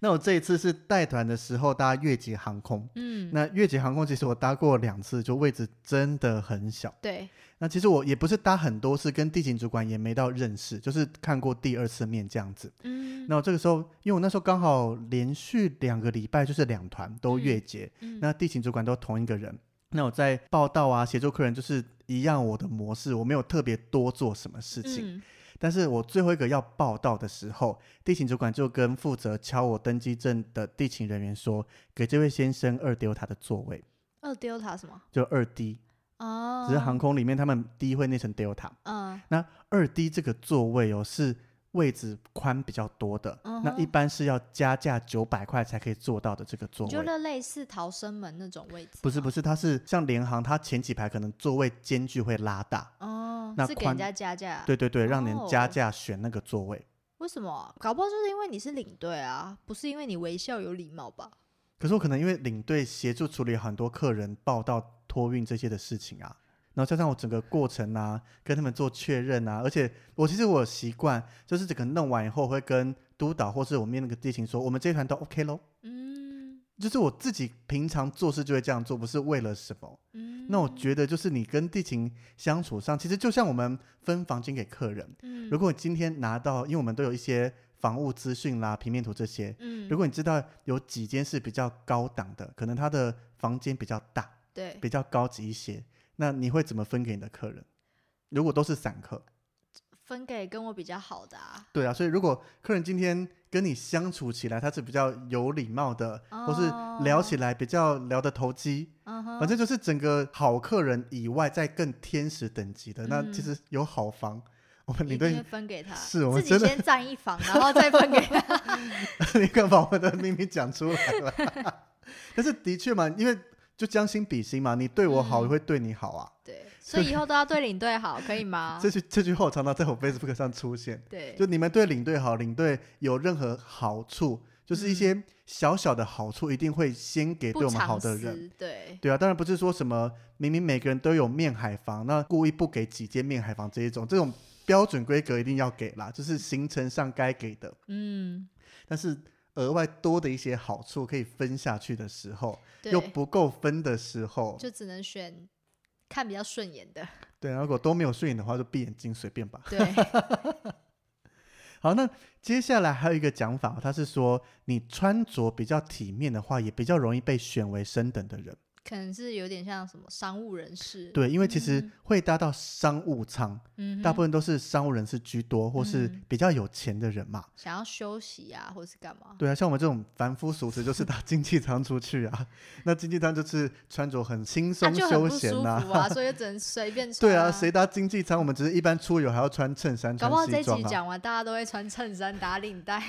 Speaker 2: 那我这一次是带团的时候搭越捷航空，
Speaker 1: 嗯，
Speaker 2: 那越捷航空其实我搭过两次，就位置真的很小。
Speaker 1: 对，
Speaker 2: 那其实我也不是搭很多次，跟地勤主管也没到认识，就是看过第二次面这样子。
Speaker 1: 嗯，
Speaker 2: 那我这个时候，因为我那时候刚好连续两个礼拜就是两团都越捷，
Speaker 1: 嗯
Speaker 2: 那地勤主管都同一个人。那我在报道啊，协助客人就是一样我的模式，我没有特别多做什么事情。
Speaker 1: 嗯
Speaker 2: 但是我最后一个要报道的时候，地勤主管就跟负责敲我登机证的地勤人员说，给这位先生二丢他的座位，
Speaker 1: 二哦 Delta 什么？
Speaker 2: 就二 D，
Speaker 1: 哦，
Speaker 2: 只是航空里面他们 D 会念成 Delta。
Speaker 1: 嗯，
Speaker 2: 那二 D 这个座位哦是位置宽比较多的，
Speaker 1: 嗯
Speaker 2: 那
Speaker 1: 哼
Speaker 2: 一般是要加价九百块才可以坐到的这个座
Speaker 1: 你觉
Speaker 2: 位。
Speaker 1: 得类似逃生门那种位置？
Speaker 2: 不是不
Speaker 1: 是，
Speaker 2: 是，它是像联航，它前几排可能座位间距会拉大，
Speaker 1: 哦
Speaker 2: 那，
Speaker 1: 是给
Speaker 2: 宽
Speaker 1: 人家加价，，
Speaker 2: 对对对，让
Speaker 1: 哦
Speaker 2: 您加价选那个座位。
Speaker 1: 为什么？搞不好就是因为你是领队啊，不是因为你微笑有礼貌吧？
Speaker 2: 可是我可能因为领队协助处理很多客人报到托运这些的事情啊，然后加上我整个过程啊，跟他们做确认啊，而且我其实我有习惯就是整个弄完以后会跟督导或是我们那个地勤说，我们这一团都 OK 喽。
Speaker 1: 嗯
Speaker 2: 就是我自己平常做事就会这样做，不是为了什么。
Speaker 1: 嗯，
Speaker 2: 那我觉得就是你跟地勤相处上，其实就像我们分房间给客人，
Speaker 1: 嗯，
Speaker 2: 如果你今天拿到，因为我们都有一些房屋资讯啦、平面图这些，
Speaker 1: 嗯，
Speaker 2: 如果你知道有几间是比较高档的，可能它的房间比较大，
Speaker 1: 对，
Speaker 2: 比较高级一些，那你会怎么分给你的客人？如果都是散客，
Speaker 1: 分给跟我比较好的啊。
Speaker 2: 对啊，所以如果客人今天跟你相处起来，他是比较有礼貌的，或是聊起来比较聊得投机，
Speaker 1: 哦嗯哼，
Speaker 2: 反正就是整个好客人以外，在更天使等级的，那其
Speaker 1: 嗯
Speaker 2: 实有好房， (laughs) 我们
Speaker 1: 一
Speaker 2: 领
Speaker 1: 定会
Speaker 2: 队
Speaker 1: 分给他，
Speaker 2: 是我们
Speaker 1: 自己
Speaker 2: 真的
Speaker 1: 先占一房，然后再分给
Speaker 2: (laughs)
Speaker 1: 他。
Speaker 2: 你敢把我的秘密讲出来了？ (laughs) 但是的确嘛，因为就将心比心嘛，你对我好，
Speaker 1: 嗯
Speaker 2: 我会对你好啊。
Speaker 1: 对，所以以后都要对领队好，可
Speaker 2: (laughs)
Speaker 1: 以吗
Speaker 2: 这？句这句话我常常在我 Facebook 上出现，
Speaker 1: 对，
Speaker 2: 就你们对领队好，领队有任何好处，就是一些小小的好处，一定会先给对
Speaker 1: 嗯不
Speaker 2: 我们好
Speaker 1: 藏
Speaker 2: 的人。
Speaker 1: 私，对，
Speaker 2: 对啊，当然不是说什么明明每个人都有面海房，那故意不给几间面海房这一种，这种标准规格一定要给啦，就是行程上该给的，
Speaker 1: 嗯，
Speaker 2: 但是额外多的一些好处可以分下去的时候，
Speaker 1: 对
Speaker 2: 又，不够分的时候，
Speaker 1: 就只能选看比较顺眼
Speaker 2: (laughs)
Speaker 1: 的。
Speaker 2: 对啊，如果都没有顺眼的话，就闭眼睛随便吧。
Speaker 1: 对，
Speaker 2: 好，那接下来还有一个讲法，他是说你穿着比较体面的话，也比较容易被选为升等的人。
Speaker 1: 可能是有点像什么商务人士，
Speaker 2: 对，因为其实
Speaker 1: 嗯
Speaker 2: 会搭到商务舱，
Speaker 1: 嗯哼，
Speaker 2: 大部分都是商务人士居多，或是
Speaker 1: 嗯
Speaker 2: 比较有钱的人嘛。
Speaker 1: 想要休息啊，或是干嘛？
Speaker 2: 对啊，像我们这种凡夫俗子，就是打经济舱出去
Speaker 1: (laughs)
Speaker 2: 啊。那经济舱就是穿着很轻
Speaker 1: 他
Speaker 2: 松
Speaker 1: 啊就很
Speaker 2: 休
Speaker 1: 不舒
Speaker 2: 闲
Speaker 1: 服
Speaker 2: 呐、 (laughs)
Speaker 1: 啊，所以就只能随便穿。
Speaker 2: 对啊，谁搭经济舱？我们只是一般出游还要穿衬衫、
Speaker 1: 搞
Speaker 2: 穿
Speaker 1: 不好这
Speaker 2: 西
Speaker 1: 集
Speaker 2: 装啊。
Speaker 1: 讲完，大家都会穿衬衫打领带。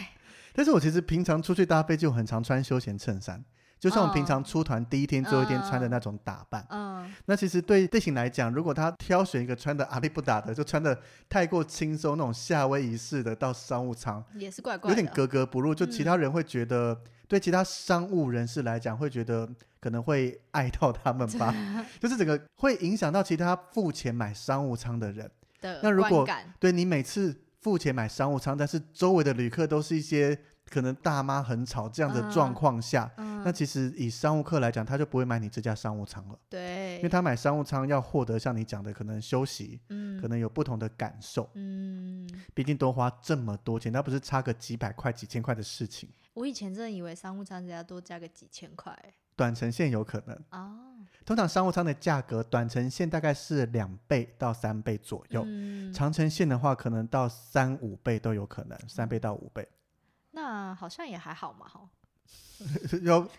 Speaker 2: 但是我其实平常出去搭飞机，我很常穿休闲衬衫，就像我们平
Speaker 1: 哦
Speaker 2: 常出团第一天、最后一天穿的
Speaker 1: 嗯
Speaker 2: 那种打扮。
Speaker 1: 嗯，
Speaker 2: 那其实对地形来讲，如果他挑选一个穿的阿里不达的，就穿的太过轻松那种夏威夷式的到商务舱，
Speaker 1: 也是怪怪
Speaker 2: 有
Speaker 1: 的，
Speaker 2: 点格格不入，就其
Speaker 1: 嗯
Speaker 2: 他人会觉得，对其他商务人士来讲，会觉得可能会爱到他们 (laughs) 吧，就是整个会影响到其他付钱买商务舱的人。
Speaker 1: 的
Speaker 2: 那如
Speaker 1: 观
Speaker 2: 果
Speaker 1: 感
Speaker 2: 对你每次付钱买商务舱，但是周围的旅客都是一些可能大妈很吵这样的状
Speaker 1: 嗯
Speaker 2: 况下，那
Speaker 1: 嗯，
Speaker 2: 其实以商务客来讲，他就不会买你这家商务舱了，
Speaker 1: 对，
Speaker 2: 因为他买商务舱要获得像你讲的可能休息，
Speaker 1: 嗯
Speaker 2: 可能有不同的感受，
Speaker 1: 嗯，
Speaker 2: 毕竟都花这么多钱，那不是差个几百块、几千块的事情。
Speaker 1: 我以前真的以为商务舱只要多加个几千块欸
Speaker 2: 短程线有可能，
Speaker 1: 哦，
Speaker 2: 通常商务舱的价格，短程线大概是两倍到三倍左右，
Speaker 1: 嗯
Speaker 2: 长程线的话可能到三五倍都有可能，三倍到五倍。
Speaker 1: 那好像也还好嘛，哈，
Speaker 2: 要 (laughs)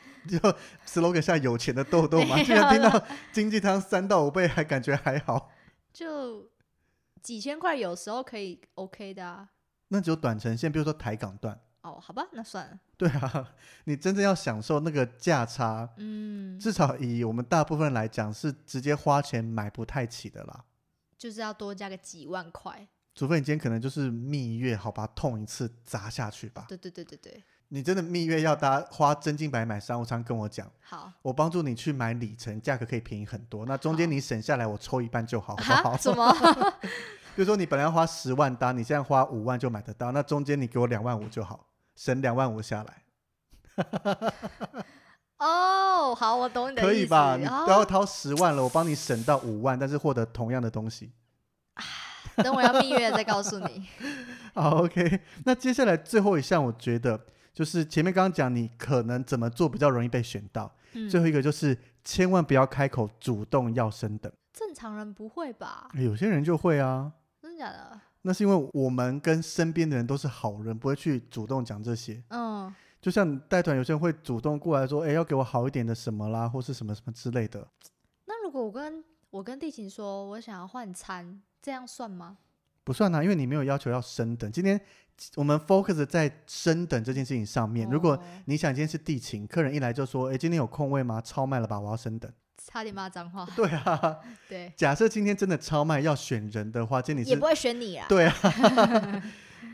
Speaker 2: 要 slogan 下有钱的豆豆嘛，
Speaker 1: 没
Speaker 2: 居然
Speaker 1: 有
Speaker 2: 听
Speaker 1: 啦
Speaker 2: 到 (laughs) 经济舱三到五倍还感觉还好，
Speaker 1: 就几千块有时候可以 OK 的啊。
Speaker 2: 那只有短程线，比如说台港段。
Speaker 1: 哦，好吧，那算了，
Speaker 2: 对啊， (laughs) 你真正要享受那个价差，
Speaker 1: 嗯，
Speaker 2: 至少以我们大部分人来讲是直接花钱买不太起的啦。
Speaker 1: 就是要多加个几万块。
Speaker 2: 除非你今天可能就是蜜月，好吧，痛一次砸下去吧。
Speaker 1: 对对对对对，
Speaker 2: 你真的蜜月要搭花真金白买商务舱，跟我讲，
Speaker 1: 好
Speaker 2: 我帮助你去买里程，价格可以便宜很多。那中间
Speaker 1: 好
Speaker 2: 你省下来，我抽一半就好，好
Speaker 1: 啊
Speaker 2: 哦不好？(laughs)
Speaker 1: 怎么？
Speaker 2: 比如说你本来要花十万搭，你现在花五万就买得到，那中间你给我两万五就好，省两万五下来，
Speaker 1: 哦，好，我懂你的
Speaker 2: 可
Speaker 1: 意
Speaker 2: 以
Speaker 1: 思
Speaker 2: 吧？你都要
Speaker 1: 哦，
Speaker 2: 掏十万了，我帮你省到五万，但是获得同样的东西。 (laughs)
Speaker 1: 等我要蜜月再告诉你。
Speaker 2: 好，OK。那接下来最后一项，我觉得就是前面刚刚讲你可能怎么做比较容易被选到，
Speaker 1: 嗯
Speaker 2: 最，后一个就是千万不要开口主动要升等，哎
Speaker 1: 正常人不会吧？
Speaker 2: 有些人就会啊。
Speaker 1: 真的假的？
Speaker 2: 那是因为我们跟身边的人都是好人，不会去主动讲这些。
Speaker 1: 嗯，
Speaker 2: 就像你带团，有些人会主动过来说：“哎，要给我好一点的什么啦，或是什么什么之类的。
Speaker 1: 那如果我跟我跟地勤说我想要换餐，这样算吗？”
Speaker 2: 不算啊啦、因为你没有要求要升等。今天我们 focus 在升等这件事情上面。如果
Speaker 1: 哦
Speaker 2: 你想今天是地勤，客人一来就说：“哎，今天有空位吗？超卖了吧，我要升等。
Speaker 1: 差点骂脏话”，
Speaker 2: 对啊，
Speaker 1: 对，
Speaker 2: 假设今天真的超卖要选人的话，今天你
Speaker 1: 也
Speaker 2: 是
Speaker 1: 不会选你啊。
Speaker 2: 对啊，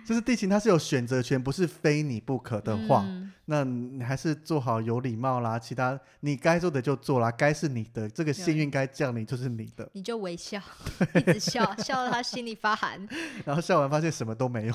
Speaker 2: 就是地勤它是有选择权，不是非你不可的话，
Speaker 1: 嗯
Speaker 2: 那你还是做好有礼貌啦。其他你该做的就做啦，该是你的，这个幸运该降临就是你的。
Speaker 1: 你就
Speaker 2: (laughs)
Speaker 1: 微笑，一直笑，笑到他心里发寒，
Speaker 2: 然后笑完发现什么都没有。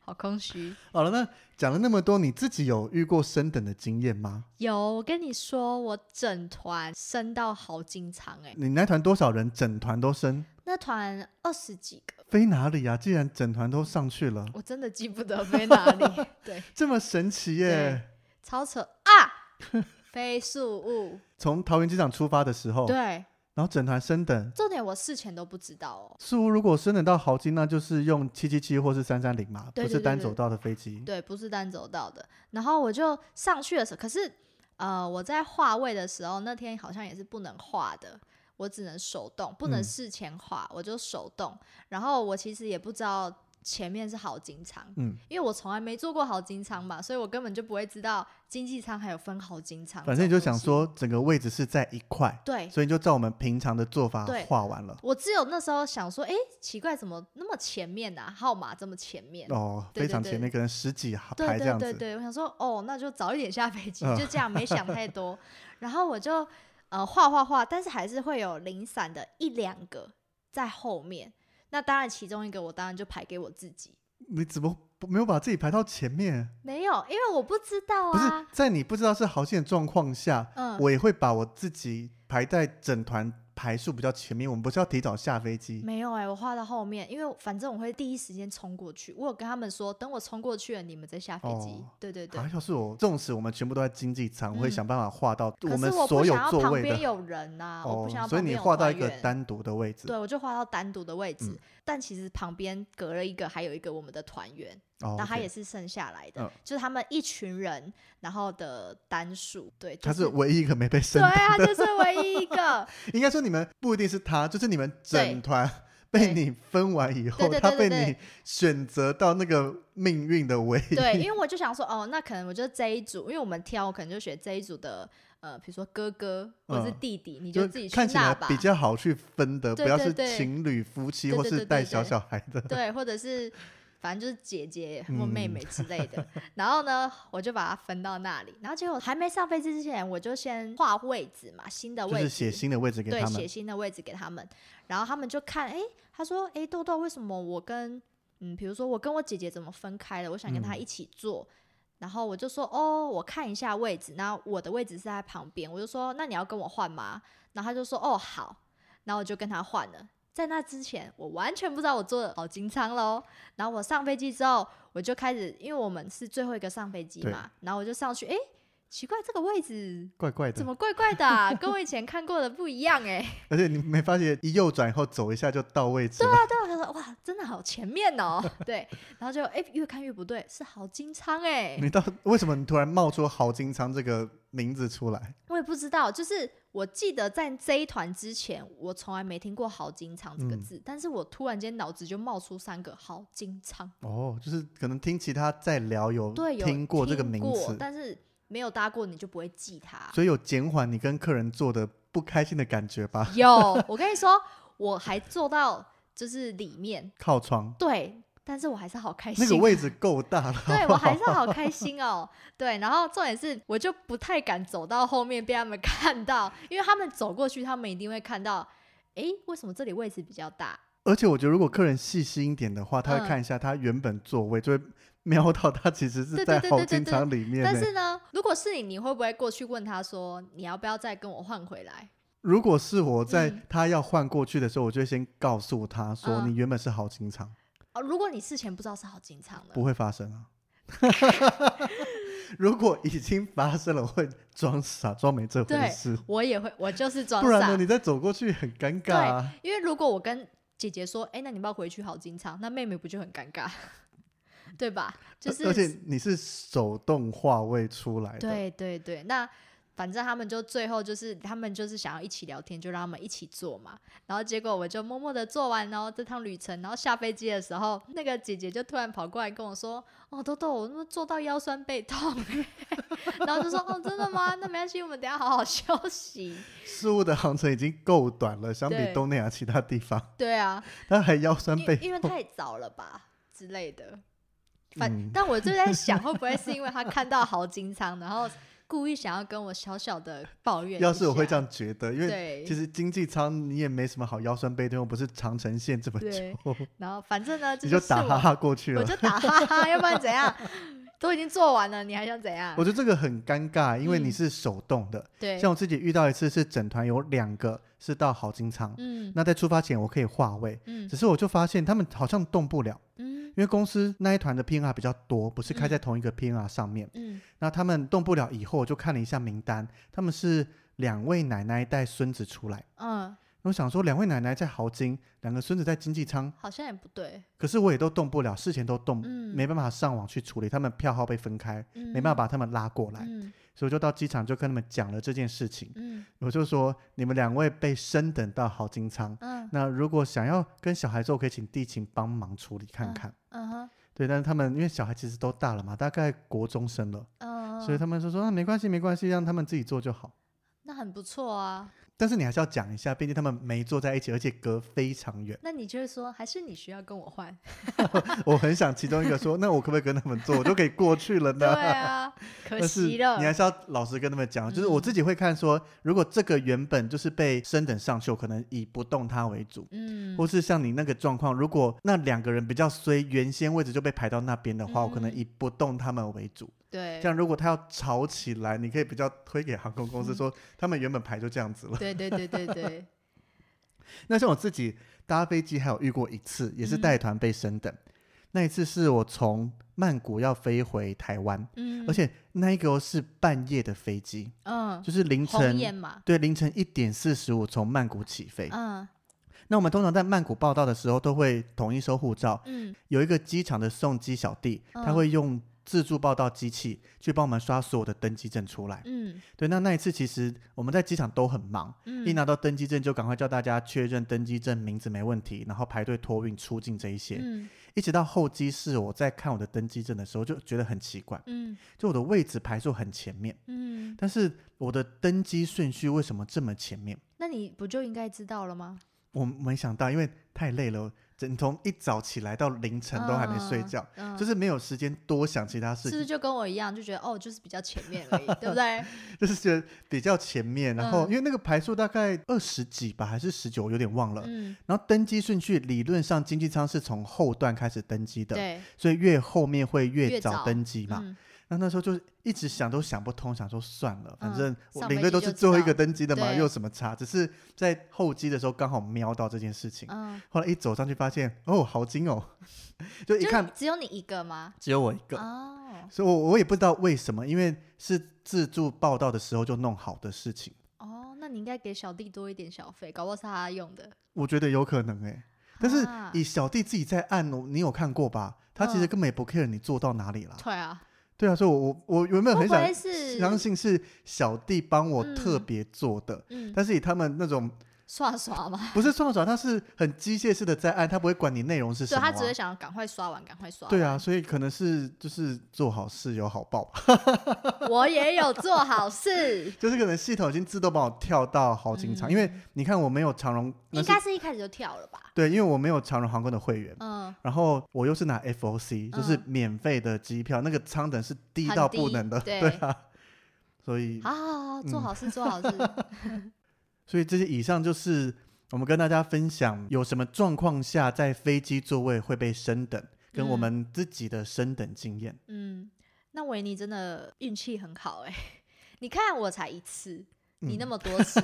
Speaker 1: 好空虚。
Speaker 2: 好了，那讲了那么多，你自己有遇过升等的经验吗？
Speaker 1: 有，我跟你说，我整团升到好经常哎、
Speaker 2: 你那团多少人？整团都升？
Speaker 1: 那团二十几个，
Speaker 2: 飞哪里啊？既然整团都上去了，
Speaker 1: 我真的记不得飞哪
Speaker 2: (laughs)
Speaker 1: 里，对，
Speaker 2: 这么神奇耶！
Speaker 1: 超扯啊，飞速物， (laughs)
Speaker 2: 从桃园机场出发的时候，
Speaker 1: 对，
Speaker 2: 然后整团升等。
Speaker 1: 重点我事前都不知道哦。
Speaker 2: 似乎如果升等到豪金，那就是用七七七或是三三零嘛，
Speaker 1: 对
Speaker 2: 不
Speaker 1: 对
Speaker 2: 是
Speaker 1: 对
Speaker 2: 单
Speaker 1: 对
Speaker 2: 走道的飞机。
Speaker 1: 对，不是单走道的。然后我就上去的时候，可是呃，我在画位的时候，那天好像也是不能画的，我只能手动，不能
Speaker 2: 嗯
Speaker 1: 事前画，我就手动。然后我其实也不知道前面是好金仓，
Speaker 2: 嗯，
Speaker 1: 因为我从来没做过好金仓嘛，所以我根本就不会知道经济舱还有分好金仓。
Speaker 2: 反正你就想，说整个位置是在一块，
Speaker 1: 对，
Speaker 2: 所以你就照我们平常的做法
Speaker 1: 对
Speaker 2: 画完了。
Speaker 1: 我只有那时候想说，哎，奇怪，怎么那么前面啊？号码这么前面？
Speaker 2: 哦，
Speaker 1: 对
Speaker 2: 非
Speaker 1: 对
Speaker 2: 常
Speaker 1: 对
Speaker 2: 前面，可能十几行
Speaker 1: 对
Speaker 2: 排这
Speaker 1: 对
Speaker 2: 样
Speaker 1: 对
Speaker 2: 子。
Speaker 1: 对，我想说，哦，那就早一点下飞机，
Speaker 2: 嗯
Speaker 1: 就这样，没想
Speaker 2: (laughs)
Speaker 1: 太多。然后我就呃画画画，但是还是会有零散的一两个在后面。那当然，其中一个我当然就排给我自己，
Speaker 2: 你怎么不没有把自己排到前面？
Speaker 1: 没有，因为我不知道
Speaker 2: 不是
Speaker 1: 啊。
Speaker 2: 在你不知道是豪线的状况下，
Speaker 1: 嗯，
Speaker 2: 我也会把我自己排在整团排数比较前面。我们不是要提早下飞机？
Speaker 1: 没有哎、我画到后面，因为反正我会第一时间冲过去。我有跟他们说，等我冲过去了，你们再下飞机。
Speaker 2: 哦
Speaker 1: 对对对
Speaker 2: 啊，。要是我，纵使我们全部都在经济舱，我会
Speaker 1: 嗯
Speaker 2: 想办法画到
Speaker 1: 可是
Speaker 2: 们
Speaker 1: 我
Speaker 2: 所
Speaker 1: 不
Speaker 2: 有
Speaker 1: 想要
Speaker 2: 座
Speaker 1: 旁
Speaker 2: 位
Speaker 1: 边
Speaker 2: 的。
Speaker 1: 有人呐、
Speaker 2: (laughs)
Speaker 1: 我
Speaker 2: 哦
Speaker 1: 不想要，
Speaker 2: 所以
Speaker 1: 旁
Speaker 2: 你
Speaker 1: 边有
Speaker 2: 画到一
Speaker 1: 团
Speaker 2: 个
Speaker 1: 员
Speaker 2: 单独的位置。
Speaker 1: 对，我就画到单独的位置，
Speaker 2: 嗯
Speaker 1: 但其实旁边隔了一个，还有一个我们的团员，
Speaker 2: 哦，
Speaker 1: 那他
Speaker 2: OK
Speaker 1: 也是剩下来的，
Speaker 2: 嗯
Speaker 1: 就是他们一群人，然后的单数，对，就
Speaker 2: 他
Speaker 1: 是
Speaker 2: 是唯一一个没被
Speaker 1: 对
Speaker 2: 升的。
Speaker 1: 啊，就是唯一一
Speaker 2: (laughs)
Speaker 1: 个，
Speaker 2: 应该说你们不一定是他，就是你们
Speaker 1: 对
Speaker 2: 整团被
Speaker 1: 对
Speaker 2: 你分完以后，
Speaker 1: 对对
Speaker 2: 他
Speaker 1: 对对
Speaker 2: 被你选择到那个命运的 (laughs) 唯一。
Speaker 1: 对，因为我就想说，哦，那可能我就这一组，因为我们挑，我可能就选这一组的，呃，比如说哥哥或者是
Speaker 2: 嗯
Speaker 1: 弟弟，你
Speaker 2: 就
Speaker 1: 自己去
Speaker 2: 看起来
Speaker 1: 那吧
Speaker 2: 比，较好去分的，
Speaker 1: 对
Speaker 2: 不要
Speaker 1: 对
Speaker 2: 是
Speaker 1: 对
Speaker 2: 情侣、夫妻
Speaker 1: 对
Speaker 2: 或
Speaker 1: 对对
Speaker 2: 是
Speaker 1: 对
Speaker 2: 带
Speaker 1: 对
Speaker 2: 小小孩的。
Speaker 1: 对，或者是。反正就是姐姐或妹
Speaker 2: 嗯
Speaker 1: 妹之类的，然后呢，我就把它分到那里。然后结果还没上飞机之前，我就先画位置嘛，新的
Speaker 2: 就
Speaker 1: 位置，
Speaker 2: 是写新的位置给
Speaker 1: 对，
Speaker 2: 他
Speaker 1: 写
Speaker 2: 们，
Speaker 1: 新的位置给他们，然后他们就看，哎，他说，哎，豆豆，为什么我跟，嗯，比如说我跟我姐姐怎么分开了？我想跟她
Speaker 2: 嗯
Speaker 1: 一起坐，然后我就说，哦，我看一下位置，那我的位置是在旁边，我就说，那你要跟我换吗？然后他就说，哦，好，然后我就跟他换了。在那之前，我完全不知道我坐的好金仓喽。然后我上飞机之后，我就开始，因为我们是最后一个上飞机
Speaker 2: 对
Speaker 1: 嘛，然后我就上去，哎，奇怪，这个位置
Speaker 2: 怪怪
Speaker 1: 怎
Speaker 2: 的。
Speaker 1: 么怪怪的、啊，跟我以前看过的不一样哎、
Speaker 2: 而且你没发现一右转以后走一下就到位置
Speaker 1: 对
Speaker 2: 了，
Speaker 1: 啊，对啊，他说哇，真的好前面哦， (laughs) 对，然后就哎、越看越不对，是好金仓哎、
Speaker 2: 你到为什么你突然冒出豪金仓这个名字出来？
Speaker 1: 我也不知道，就是我记得在这一团之前，我从来没听过好金仓这个
Speaker 2: 嗯
Speaker 1: 字，但是我突然间脑子就冒出三个好金仓，
Speaker 2: 哦，就是可能听其他在聊有
Speaker 1: 对，
Speaker 2: 嗯
Speaker 1: 有
Speaker 2: 听过这个
Speaker 1: 听
Speaker 2: 名
Speaker 1: 过
Speaker 2: 词，
Speaker 1: 但啊是没有搭过你就不会记它。
Speaker 2: 所以有减缓你跟客人做的不开心的感觉吧？
Speaker 1: 有，我跟你说，我还坐到就是里面，
Speaker 2: 靠窗
Speaker 1: 对，但是我还是好开心
Speaker 2: 那
Speaker 1: 哦。
Speaker 2: 个位置够大 (laughs)
Speaker 1: (laughs)
Speaker 2: 了，
Speaker 1: 对我还是好开心哦。对，然后重点是我就不太敢走到后面被他们 (laughs) 看到，因为他们走过去，他们一定会看到，诶，为什么这里位置比较大？
Speaker 2: 而且我觉得如果客人细心一点的话，他
Speaker 1: 嗯
Speaker 2: 会看一下他原本座位，就会 (laughs) 瞄到他其实是
Speaker 1: 对
Speaker 2: 在
Speaker 1: 对对
Speaker 2: 好
Speaker 1: 对对
Speaker 2: 金
Speaker 1: 对
Speaker 2: 仓里面
Speaker 1: 但
Speaker 2: 呢。
Speaker 1: 是呢，如果是你，你会不会过去问他说，你要不要再跟我换回来？
Speaker 2: 如果是我在
Speaker 1: 嗯
Speaker 2: 他要换过去的时候，我就会先告诉他说
Speaker 1: 嗯
Speaker 2: 你原本是好金仓，
Speaker 1: 哦，如果你事前不知道是好进场的
Speaker 2: 不，会发生
Speaker 1: (laughs)
Speaker 2: 啊。如果已经发生了，我会装傻装没这回
Speaker 1: 对
Speaker 2: 事，
Speaker 1: 我也会，我就是装
Speaker 2: 不然呢，
Speaker 1: 傻
Speaker 2: 你，再走过去很尴尬、啊。
Speaker 1: 因为如果我跟姐姐说，诶，那你要不要回去好进场？那妹妹不就很尴尬， (laughs) 对吧？就
Speaker 2: 而
Speaker 1: 是
Speaker 2: 而且你是手动话位出来的，
Speaker 1: 对对对，那反正他们就最后就是他们就是想要一起聊天，就让他们一起做嘛。然后结果我就默默的做完，然后这趟旅程，然后下飞机的时候，那个姐姐就突然跑过来跟我说：“哦，豆豆，我他妈做到腰酸背痛。”然后就说：“哦，真的吗？那没关系，我们等一下好好休息。
Speaker 2: 事物的航程已经够短了，相比
Speaker 1: 对
Speaker 2: 东南亚其他地方，”
Speaker 1: 对啊，
Speaker 2: 他还腰 (laughs) 酸
Speaker 1: 因
Speaker 2: 背
Speaker 1: 因为
Speaker 2: 痛
Speaker 1: 太早了吧之类的。反、
Speaker 2: 嗯
Speaker 1: 但我就在想，会不会是因为他看到豪金仓，然后故意想要跟我小小的抱怨一下？
Speaker 2: 要是我会这样觉得，因为
Speaker 1: 对，
Speaker 2: 其实经济舱你也没什么好腰酸背痛，又不是长城线这么久，
Speaker 1: 对， (laughs) 然后反正呢，这
Speaker 2: 你就是打哈
Speaker 1: 我，
Speaker 2: 哈过去
Speaker 1: 我
Speaker 2: 了。
Speaker 1: 就打哈哈， (laughs) 要不然
Speaker 2: (laughs)
Speaker 1: 怎样？都已经做完了，你还想怎样
Speaker 2: 我？觉得这个很尴尬，因为你
Speaker 1: 嗯
Speaker 2: 是手动的。
Speaker 1: 对，
Speaker 2: 像我自己遇到一次，是整团有两个是到好金仓，
Speaker 1: 嗯
Speaker 2: 那在出发前我可以划位，
Speaker 1: 嗯
Speaker 2: 只是我就发现他们好像动不了，
Speaker 1: 嗯
Speaker 2: 因为公司那一团的 PNR 比较多，不是开在同一个 PNR 上面。
Speaker 1: 嗯
Speaker 2: 那他们动不了以后，我就看了一下名单，他们是两位奶奶带孙子出来，
Speaker 1: 嗯，
Speaker 2: 我想说，两位奶奶在豪金，两个孙子在经济舱，
Speaker 1: 好像也不对，
Speaker 2: 可是我也都动不了，事前都动、
Speaker 1: 嗯
Speaker 2: 没办法上网去处理，他们票号被分开，
Speaker 1: 嗯、
Speaker 2: 没办法把他们拉过来，
Speaker 1: 嗯
Speaker 2: 所以我就到机场就跟他们讲了这件事情，
Speaker 1: 嗯
Speaker 2: 我就说你们两位被升等到豪金舱，
Speaker 1: 嗯
Speaker 2: 那如果想要跟小孩做，可以请地勤帮忙处理看看。
Speaker 1: 嗯哼
Speaker 2: 对，但是他们因为小孩其实都大了嘛，大概国中生了，
Speaker 1: 嗯，
Speaker 2: 所以他们就说啊没关系没关系，让他们自己做就好。
Speaker 1: 那很不错啊。
Speaker 2: 但是你还是要讲一下，毕竟他们没坐在一起，而且隔非常远。
Speaker 1: 那你就会说，还是你需要跟我
Speaker 2: (laughs)
Speaker 1: 换？
Speaker 2: 我很想其中一个说，那我可不可以跟他们坐，我就可以过去了
Speaker 1: 对
Speaker 2: 呢？ (laughs)
Speaker 1: 啊，可
Speaker 2: 但是
Speaker 1: 惜了嗯
Speaker 2: 你。还是要老实跟他们讲，就是我自己会看说，如果这个原本就是被升等上秀，可能以不动它为主，
Speaker 1: 嗯，
Speaker 2: 或是像你那个状况，如果那两个人比较衰，原先位置就被排到那边的话，我可能
Speaker 1: 嗯
Speaker 2: 以不动他们为主。
Speaker 1: 对
Speaker 2: 这，样如果他要吵起来，你可以比较推给航空公
Speaker 1: 嗯
Speaker 2: 司说，他们原本排就这样子了。
Speaker 1: 对对对对
Speaker 2: (laughs)
Speaker 1: 对，
Speaker 2: 那像我自己搭飞机还有遇过一次，也是
Speaker 1: 嗯
Speaker 2: 带团被升等，那一次是我从曼谷要飞回台湾。
Speaker 1: 嗯，
Speaker 2: 而且那一个是半夜的飞机，
Speaker 1: 嗯，
Speaker 2: 就是凌
Speaker 1: 红
Speaker 2: 晨
Speaker 1: 眼嘛，
Speaker 2: 对，凌晨一点四十五从曼谷起飞。
Speaker 1: 嗯
Speaker 2: 那我们通常在曼谷报到的时候，都会统一收护照。
Speaker 1: 嗯
Speaker 2: 有一个机场的送机小弟，他
Speaker 1: 嗯
Speaker 2: 会用自助报到机器去帮我们刷所有的登机证出来。
Speaker 1: 嗯
Speaker 2: 对，那那一次其实我们在机场都很忙，
Speaker 1: 嗯，
Speaker 2: 一拿到登机证就赶快叫大家确认登机证名字没问题，然后排队托运出境这一些。
Speaker 1: 嗯
Speaker 2: 一直到候机室，我在看我的登机证的时候，就觉得很奇怪，
Speaker 1: 嗯
Speaker 2: 就我的位置排数很前面，
Speaker 1: 嗯，
Speaker 2: 但是我的登机顺序为什么这么前面？
Speaker 1: 那你不就应该知道了
Speaker 2: (laughs)
Speaker 1: 吗？
Speaker 2: 我没想到，因为太累了，整从一早起来到凌晨都还没睡觉，
Speaker 1: 嗯，
Speaker 2: 就是是没有时间多想其他事
Speaker 1: 不
Speaker 2: 情，
Speaker 1: 是就跟我一样，就觉得哦，就是比较前面而已，对
Speaker 2: (laughs)
Speaker 1: 不对？
Speaker 2: 就是觉得比较前面。然后
Speaker 1: 嗯
Speaker 2: 因为那个排数大概二十几吧，还是十九，有点忘了。
Speaker 1: 嗯，
Speaker 2: 然后登机顺序理论上经济舱是从后段开始登机的，
Speaker 1: 对，
Speaker 2: 所以越后面会越
Speaker 1: 越
Speaker 2: 早
Speaker 1: 早
Speaker 2: 登机嘛。
Speaker 1: 嗯，
Speaker 2: 那那时候就一直想都想不通，想说算了，反
Speaker 1: 嗯
Speaker 2: 正我
Speaker 1: 上
Speaker 2: 领
Speaker 1: 飞
Speaker 2: 队
Speaker 1: 机
Speaker 2: 都
Speaker 1: 就是知
Speaker 2: 最后一
Speaker 1: 道
Speaker 2: 个登机的嘛，
Speaker 1: 对
Speaker 2: 又有什么差？只是在候机的时候刚好瞄到这件事情。 (laughs)
Speaker 1: 嗯，
Speaker 2: 后来一走上去发现，哦，好精哦， (laughs) 就一
Speaker 1: 就
Speaker 2: 看
Speaker 1: 只有你一个吗？
Speaker 2: 只有我一个，
Speaker 1: 哦
Speaker 2: 所以我我也不知道为什么，因为是自助报道的时候就弄好的事情，
Speaker 1: 哦，那你应该给小弟多一点小费，搞不好是他用的。
Speaker 2: 我觉得有可能哎、但是
Speaker 1: 啊
Speaker 2: 以小弟自己在按，你有看过吧？他其实
Speaker 1: 嗯
Speaker 2: 根本也不 care 你做到哪里啦。
Speaker 1: 对啊，
Speaker 2: 对啊，所以我我我原本
Speaker 1: 会
Speaker 2: 很
Speaker 1: 不
Speaker 2: 想
Speaker 1: 会是
Speaker 2: 相信是小弟帮我特
Speaker 1: 嗯
Speaker 2: 别做的，
Speaker 1: 嗯，
Speaker 2: 但是以他们那种
Speaker 1: 刷刷嘛，
Speaker 2: 不是创作者，他是很机械式的在按，他不会管你内容是什
Speaker 1: 对
Speaker 2: 么啊、
Speaker 1: 他只会想要赶快刷完，赶快刷。
Speaker 2: 对啊，，所以可能是就是做好事有好报吧， (laughs)
Speaker 1: 我也有做好事，
Speaker 2: 就是可能系统已经自动帮我跳到好景场，因为你看我没有长荣， (laughs) 那
Speaker 1: 嗯应
Speaker 2: 是
Speaker 1: 该是一开始就跳了吧？
Speaker 2: 对，因为我没有长荣航空的会员。
Speaker 1: 嗯，
Speaker 2: 然后我又是拿 FOC，就是
Speaker 1: 嗯
Speaker 2: 免费的机票，那个舱等是低
Speaker 1: 很
Speaker 2: 到不
Speaker 1: 低
Speaker 2: 能的，
Speaker 1: 对
Speaker 2: 啊，嗯所以
Speaker 1: 好好好，做好事，做好事。
Speaker 2: 所以这些以上就是我们跟大家分享有什么状况下在飞机座位会被升等，跟
Speaker 1: 嗯
Speaker 2: 我们自己的升等经验。
Speaker 1: 嗯，那维尼真的运气很好哎、 (laughs) 你看我才一次，你
Speaker 2: 嗯
Speaker 1: 那么
Speaker 2: (laughs)
Speaker 1: 多次，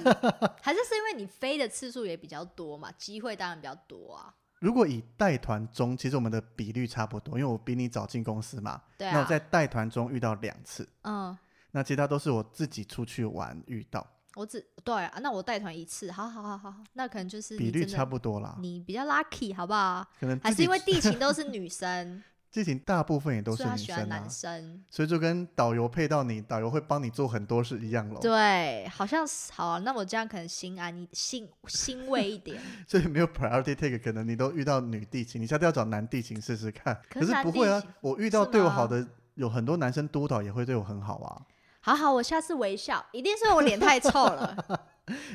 Speaker 1: 还是是因为你飞的次数也比较多嘛，机会当然比较多啊。
Speaker 2: 如果以带团中，其实我们的比率差不多，因为我比你早进公司嘛。
Speaker 1: 对
Speaker 2: 那我
Speaker 1: 啊，
Speaker 2: 在带团中遇到两次，
Speaker 1: 嗯，
Speaker 2: 那其他都是我自己出去玩遇到，
Speaker 1: 我只对啊，那我带团一次，好好好好，好那可能就是
Speaker 2: 比
Speaker 1: 你
Speaker 2: 率
Speaker 1: 嗯真的
Speaker 2: 差不多啦。
Speaker 1: 你比较 lucky 好不好？
Speaker 2: 可能
Speaker 1: 还
Speaker 2: 自
Speaker 1: 是
Speaker 2: 己
Speaker 1: 因为地
Speaker 2: (laughs)
Speaker 1: 勤都是女生，
Speaker 2: 自己大部分也都
Speaker 1: 所
Speaker 2: 是
Speaker 1: 以他
Speaker 2: 女
Speaker 1: 喜欢
Speaker 2: 生啊
Speaker 1: 男，生。
Speaker 2: 所以就跟导游配到你，导游会帮你做很多事一样咯。
Speaker 1: 对，好像是好、啊，那我这样可能心安一心
Speaker 2: (laughs)
Speaker 1: 欣慰一点。
Speaker 2: 所以没有 priority take，可能你都遇到女地勤，你下次要找男地勤试试看。可
Speaker 1: 可
Speaker 2: 是
Speaker 1: 是男
Speaker 2: 不会啊
Speaker 1: 地勤，
Speaker 2: 我遇到
Speaker 1: 是
Speaker 2: 对我
Speaker 1: 吗
Speaker 2: 好的有很多男生督导也会对我很好啊。
Speaker 1: 好好，我下次微笑，一定是我脸太臭了。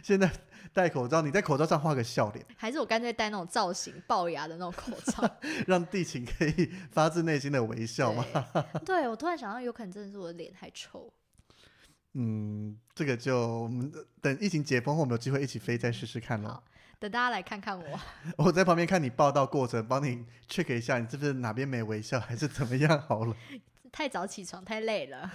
Speaker 2: 现在戴口罩，你在口罩上画个笑脸，
Speaker 1: 还是我干脆戴那种造型龅牙的那种口
Speaker 2: (laughs)
Speaker 1: 罩
Speaker 2: 让地勤可以发自内心的微笑吗？
Speaker 1: 对对，我突然想到，有可能真的是我的脸太臭。
Speaker 2: 嗯，这个就我们等疫情解封后，我们有机会一起飞再试试看咯。
Speaker 1: 好等大家来看看我，
Speaker 2: (laughs)
Speaker 1: (laughs)
Speaker 2: 我在旁边看你报道过程，帮你 check 一下，你是不是哪边没微笑，还是怎么样好了。
Speaker 1: 太早起床太累了。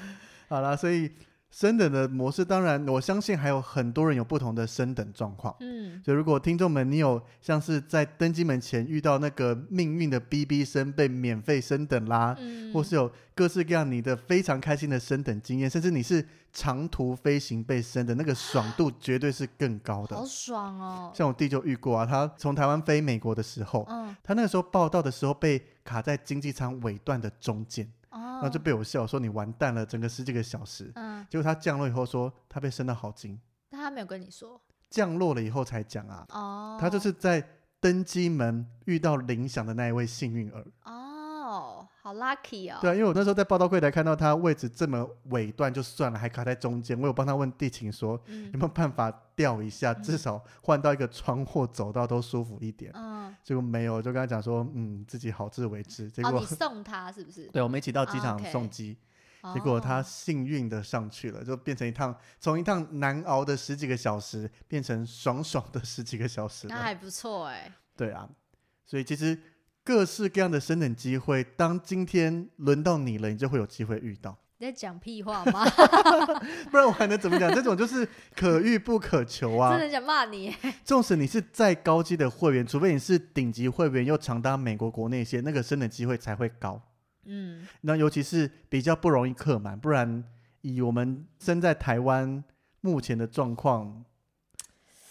Speaker 2: 好啦，所以升等的模式，当然我相信还有很多人有不同的升等状况。
Speaker 1: 嗯，
Speaker 2: 所以，如果听众们你有像是在登机门前遇到那个命运的 BB 生被免费升等啦，
Speaker 1: 嗯
Speaker 2: 啊或是有各式各样你的非常开心的升等经验，甚至你是长途飞行被升的，那个爽度绝对是更高
Speaker 1: 好
Speaker 2: 的。
Speaker 1: 爽哦，
Speaker 2: 像我弟就遇过啊，他从台湾飞美国的时候，
Speaker 1: 嗯
Speaker 2: 他那时候报道的时候被卡在经济舱尾段的中间，然后
Speaker 1: 哦
Speaker 2: 就，被我笑说你完蛋了，整个十几个小时。
Speaker 1: 嗯，
Speaker 2: 结果他降落以后说他被升到好金，
Speaker 1: 但他没有跟你说
Speaker 2: 降落了以后才讲啊，
Speaker 1: 哦，
Speaker 2: 他就是在登机门遇到铃响的那一位幸运儿。
Speaker 1: 哦，好 lucky 哦，
Speaker 2: 对啊，因为我那时候在报道柜台看到他位置这么尾段就算了，还卡在中间，我有帮他问地勤说
Speaker 1: 嗯
Speaker 2: 有没有办法调一下，
Speaker 1: 嗯
Speaker 2: 至少换到一个窗或走道都舒服一点。
Speaker 1: 嗯，
Speaker 2: 结果没有，我就跟他讲说，嗯，自己好自为之。结
Speaker 1: 哦，
Speaker 2: 果、
Speaker 1: 你送他是不是？
Speaker 2: (laughs) 对，我们一起到机
Speaker 1: 啊
Speaker 2: 场
Speaker 1: ，OK
Speaker 2: 送机，结果他
Speaker 1: 哦
Speaker 2: 幸运的上去了，就变成一趟从一趟难熬的十几个小时，变成爽爽的十几个小时了
Speaker 1: 那还不错哎，
Speaker 2: 对啊，所以其实各式各样的升等机会，当今天轮到你了，你就会有机会遇
Speaker 1: (laughs)
Speaker 2: 到，
Speaker 1: 你在讲屁话
Speaker 2: (laughs)
Speaker 1: 吗？
Speaker 2: 不然我还能怎么讲？这种就是可遇不可求
Speaker 1: (laughs) 真
Speaker 2: 啊。
Speaker 1: 的想骂你，
Speaker 2: 纵使你是再高级的会员，除非你是顶级会员，又长达美国国内线，那个升等机会才会高。
Speaker 1: 嗯，
Speaker 2: 那尤其是比较不容易客满，不然以我们身在台湾目前的状况，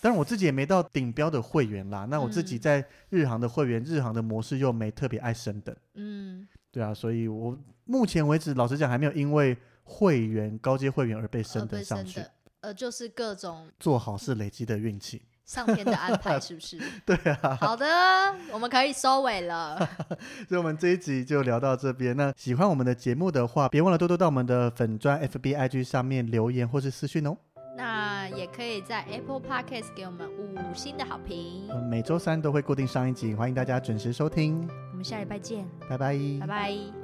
Speaker 2: 当然我自己也没到顶标的会员啦。那我自己
Speaker 1: 嗯
Speaker 2: 在日航的会员，日航的模式又没特别爱升等。
Speaker 1: 嗯，
Speaker 2: 对啊，所以我目前为止，老实讲，还没有因为会员高阶会员而被
Speaker 1: 呃
Speaker 2: 升
Speaker 1: 被
Speaker 2: 等上
Speaker 1: 升
Speaker 2: 去。
Speaker 1: 的，呃，就是各种
Speaker 2: 做好是累积的运气。
Speaker 1: 上天的安排，是不是？
Speaker 2: (laughs) 对啊，
Speaker 1: 好的，我们可以收尾了。 (laughs)
Speaker 2: 所以我们这一集就聊到这边。那喜欢我们的节目的话，别忘了多多到我们的粉砖 FBIG 上面留言或是私讯哦。
Speaker 1: 那也可以在 Apple Podcast 给我们五星的好评
Speaker 2: 我。们每周三都会固定上一集，欢迎大家准时收听，
Speaker 1: 我们下礼拜见，
Speaker 2: 拜拜
Speaker 1: 拜拜。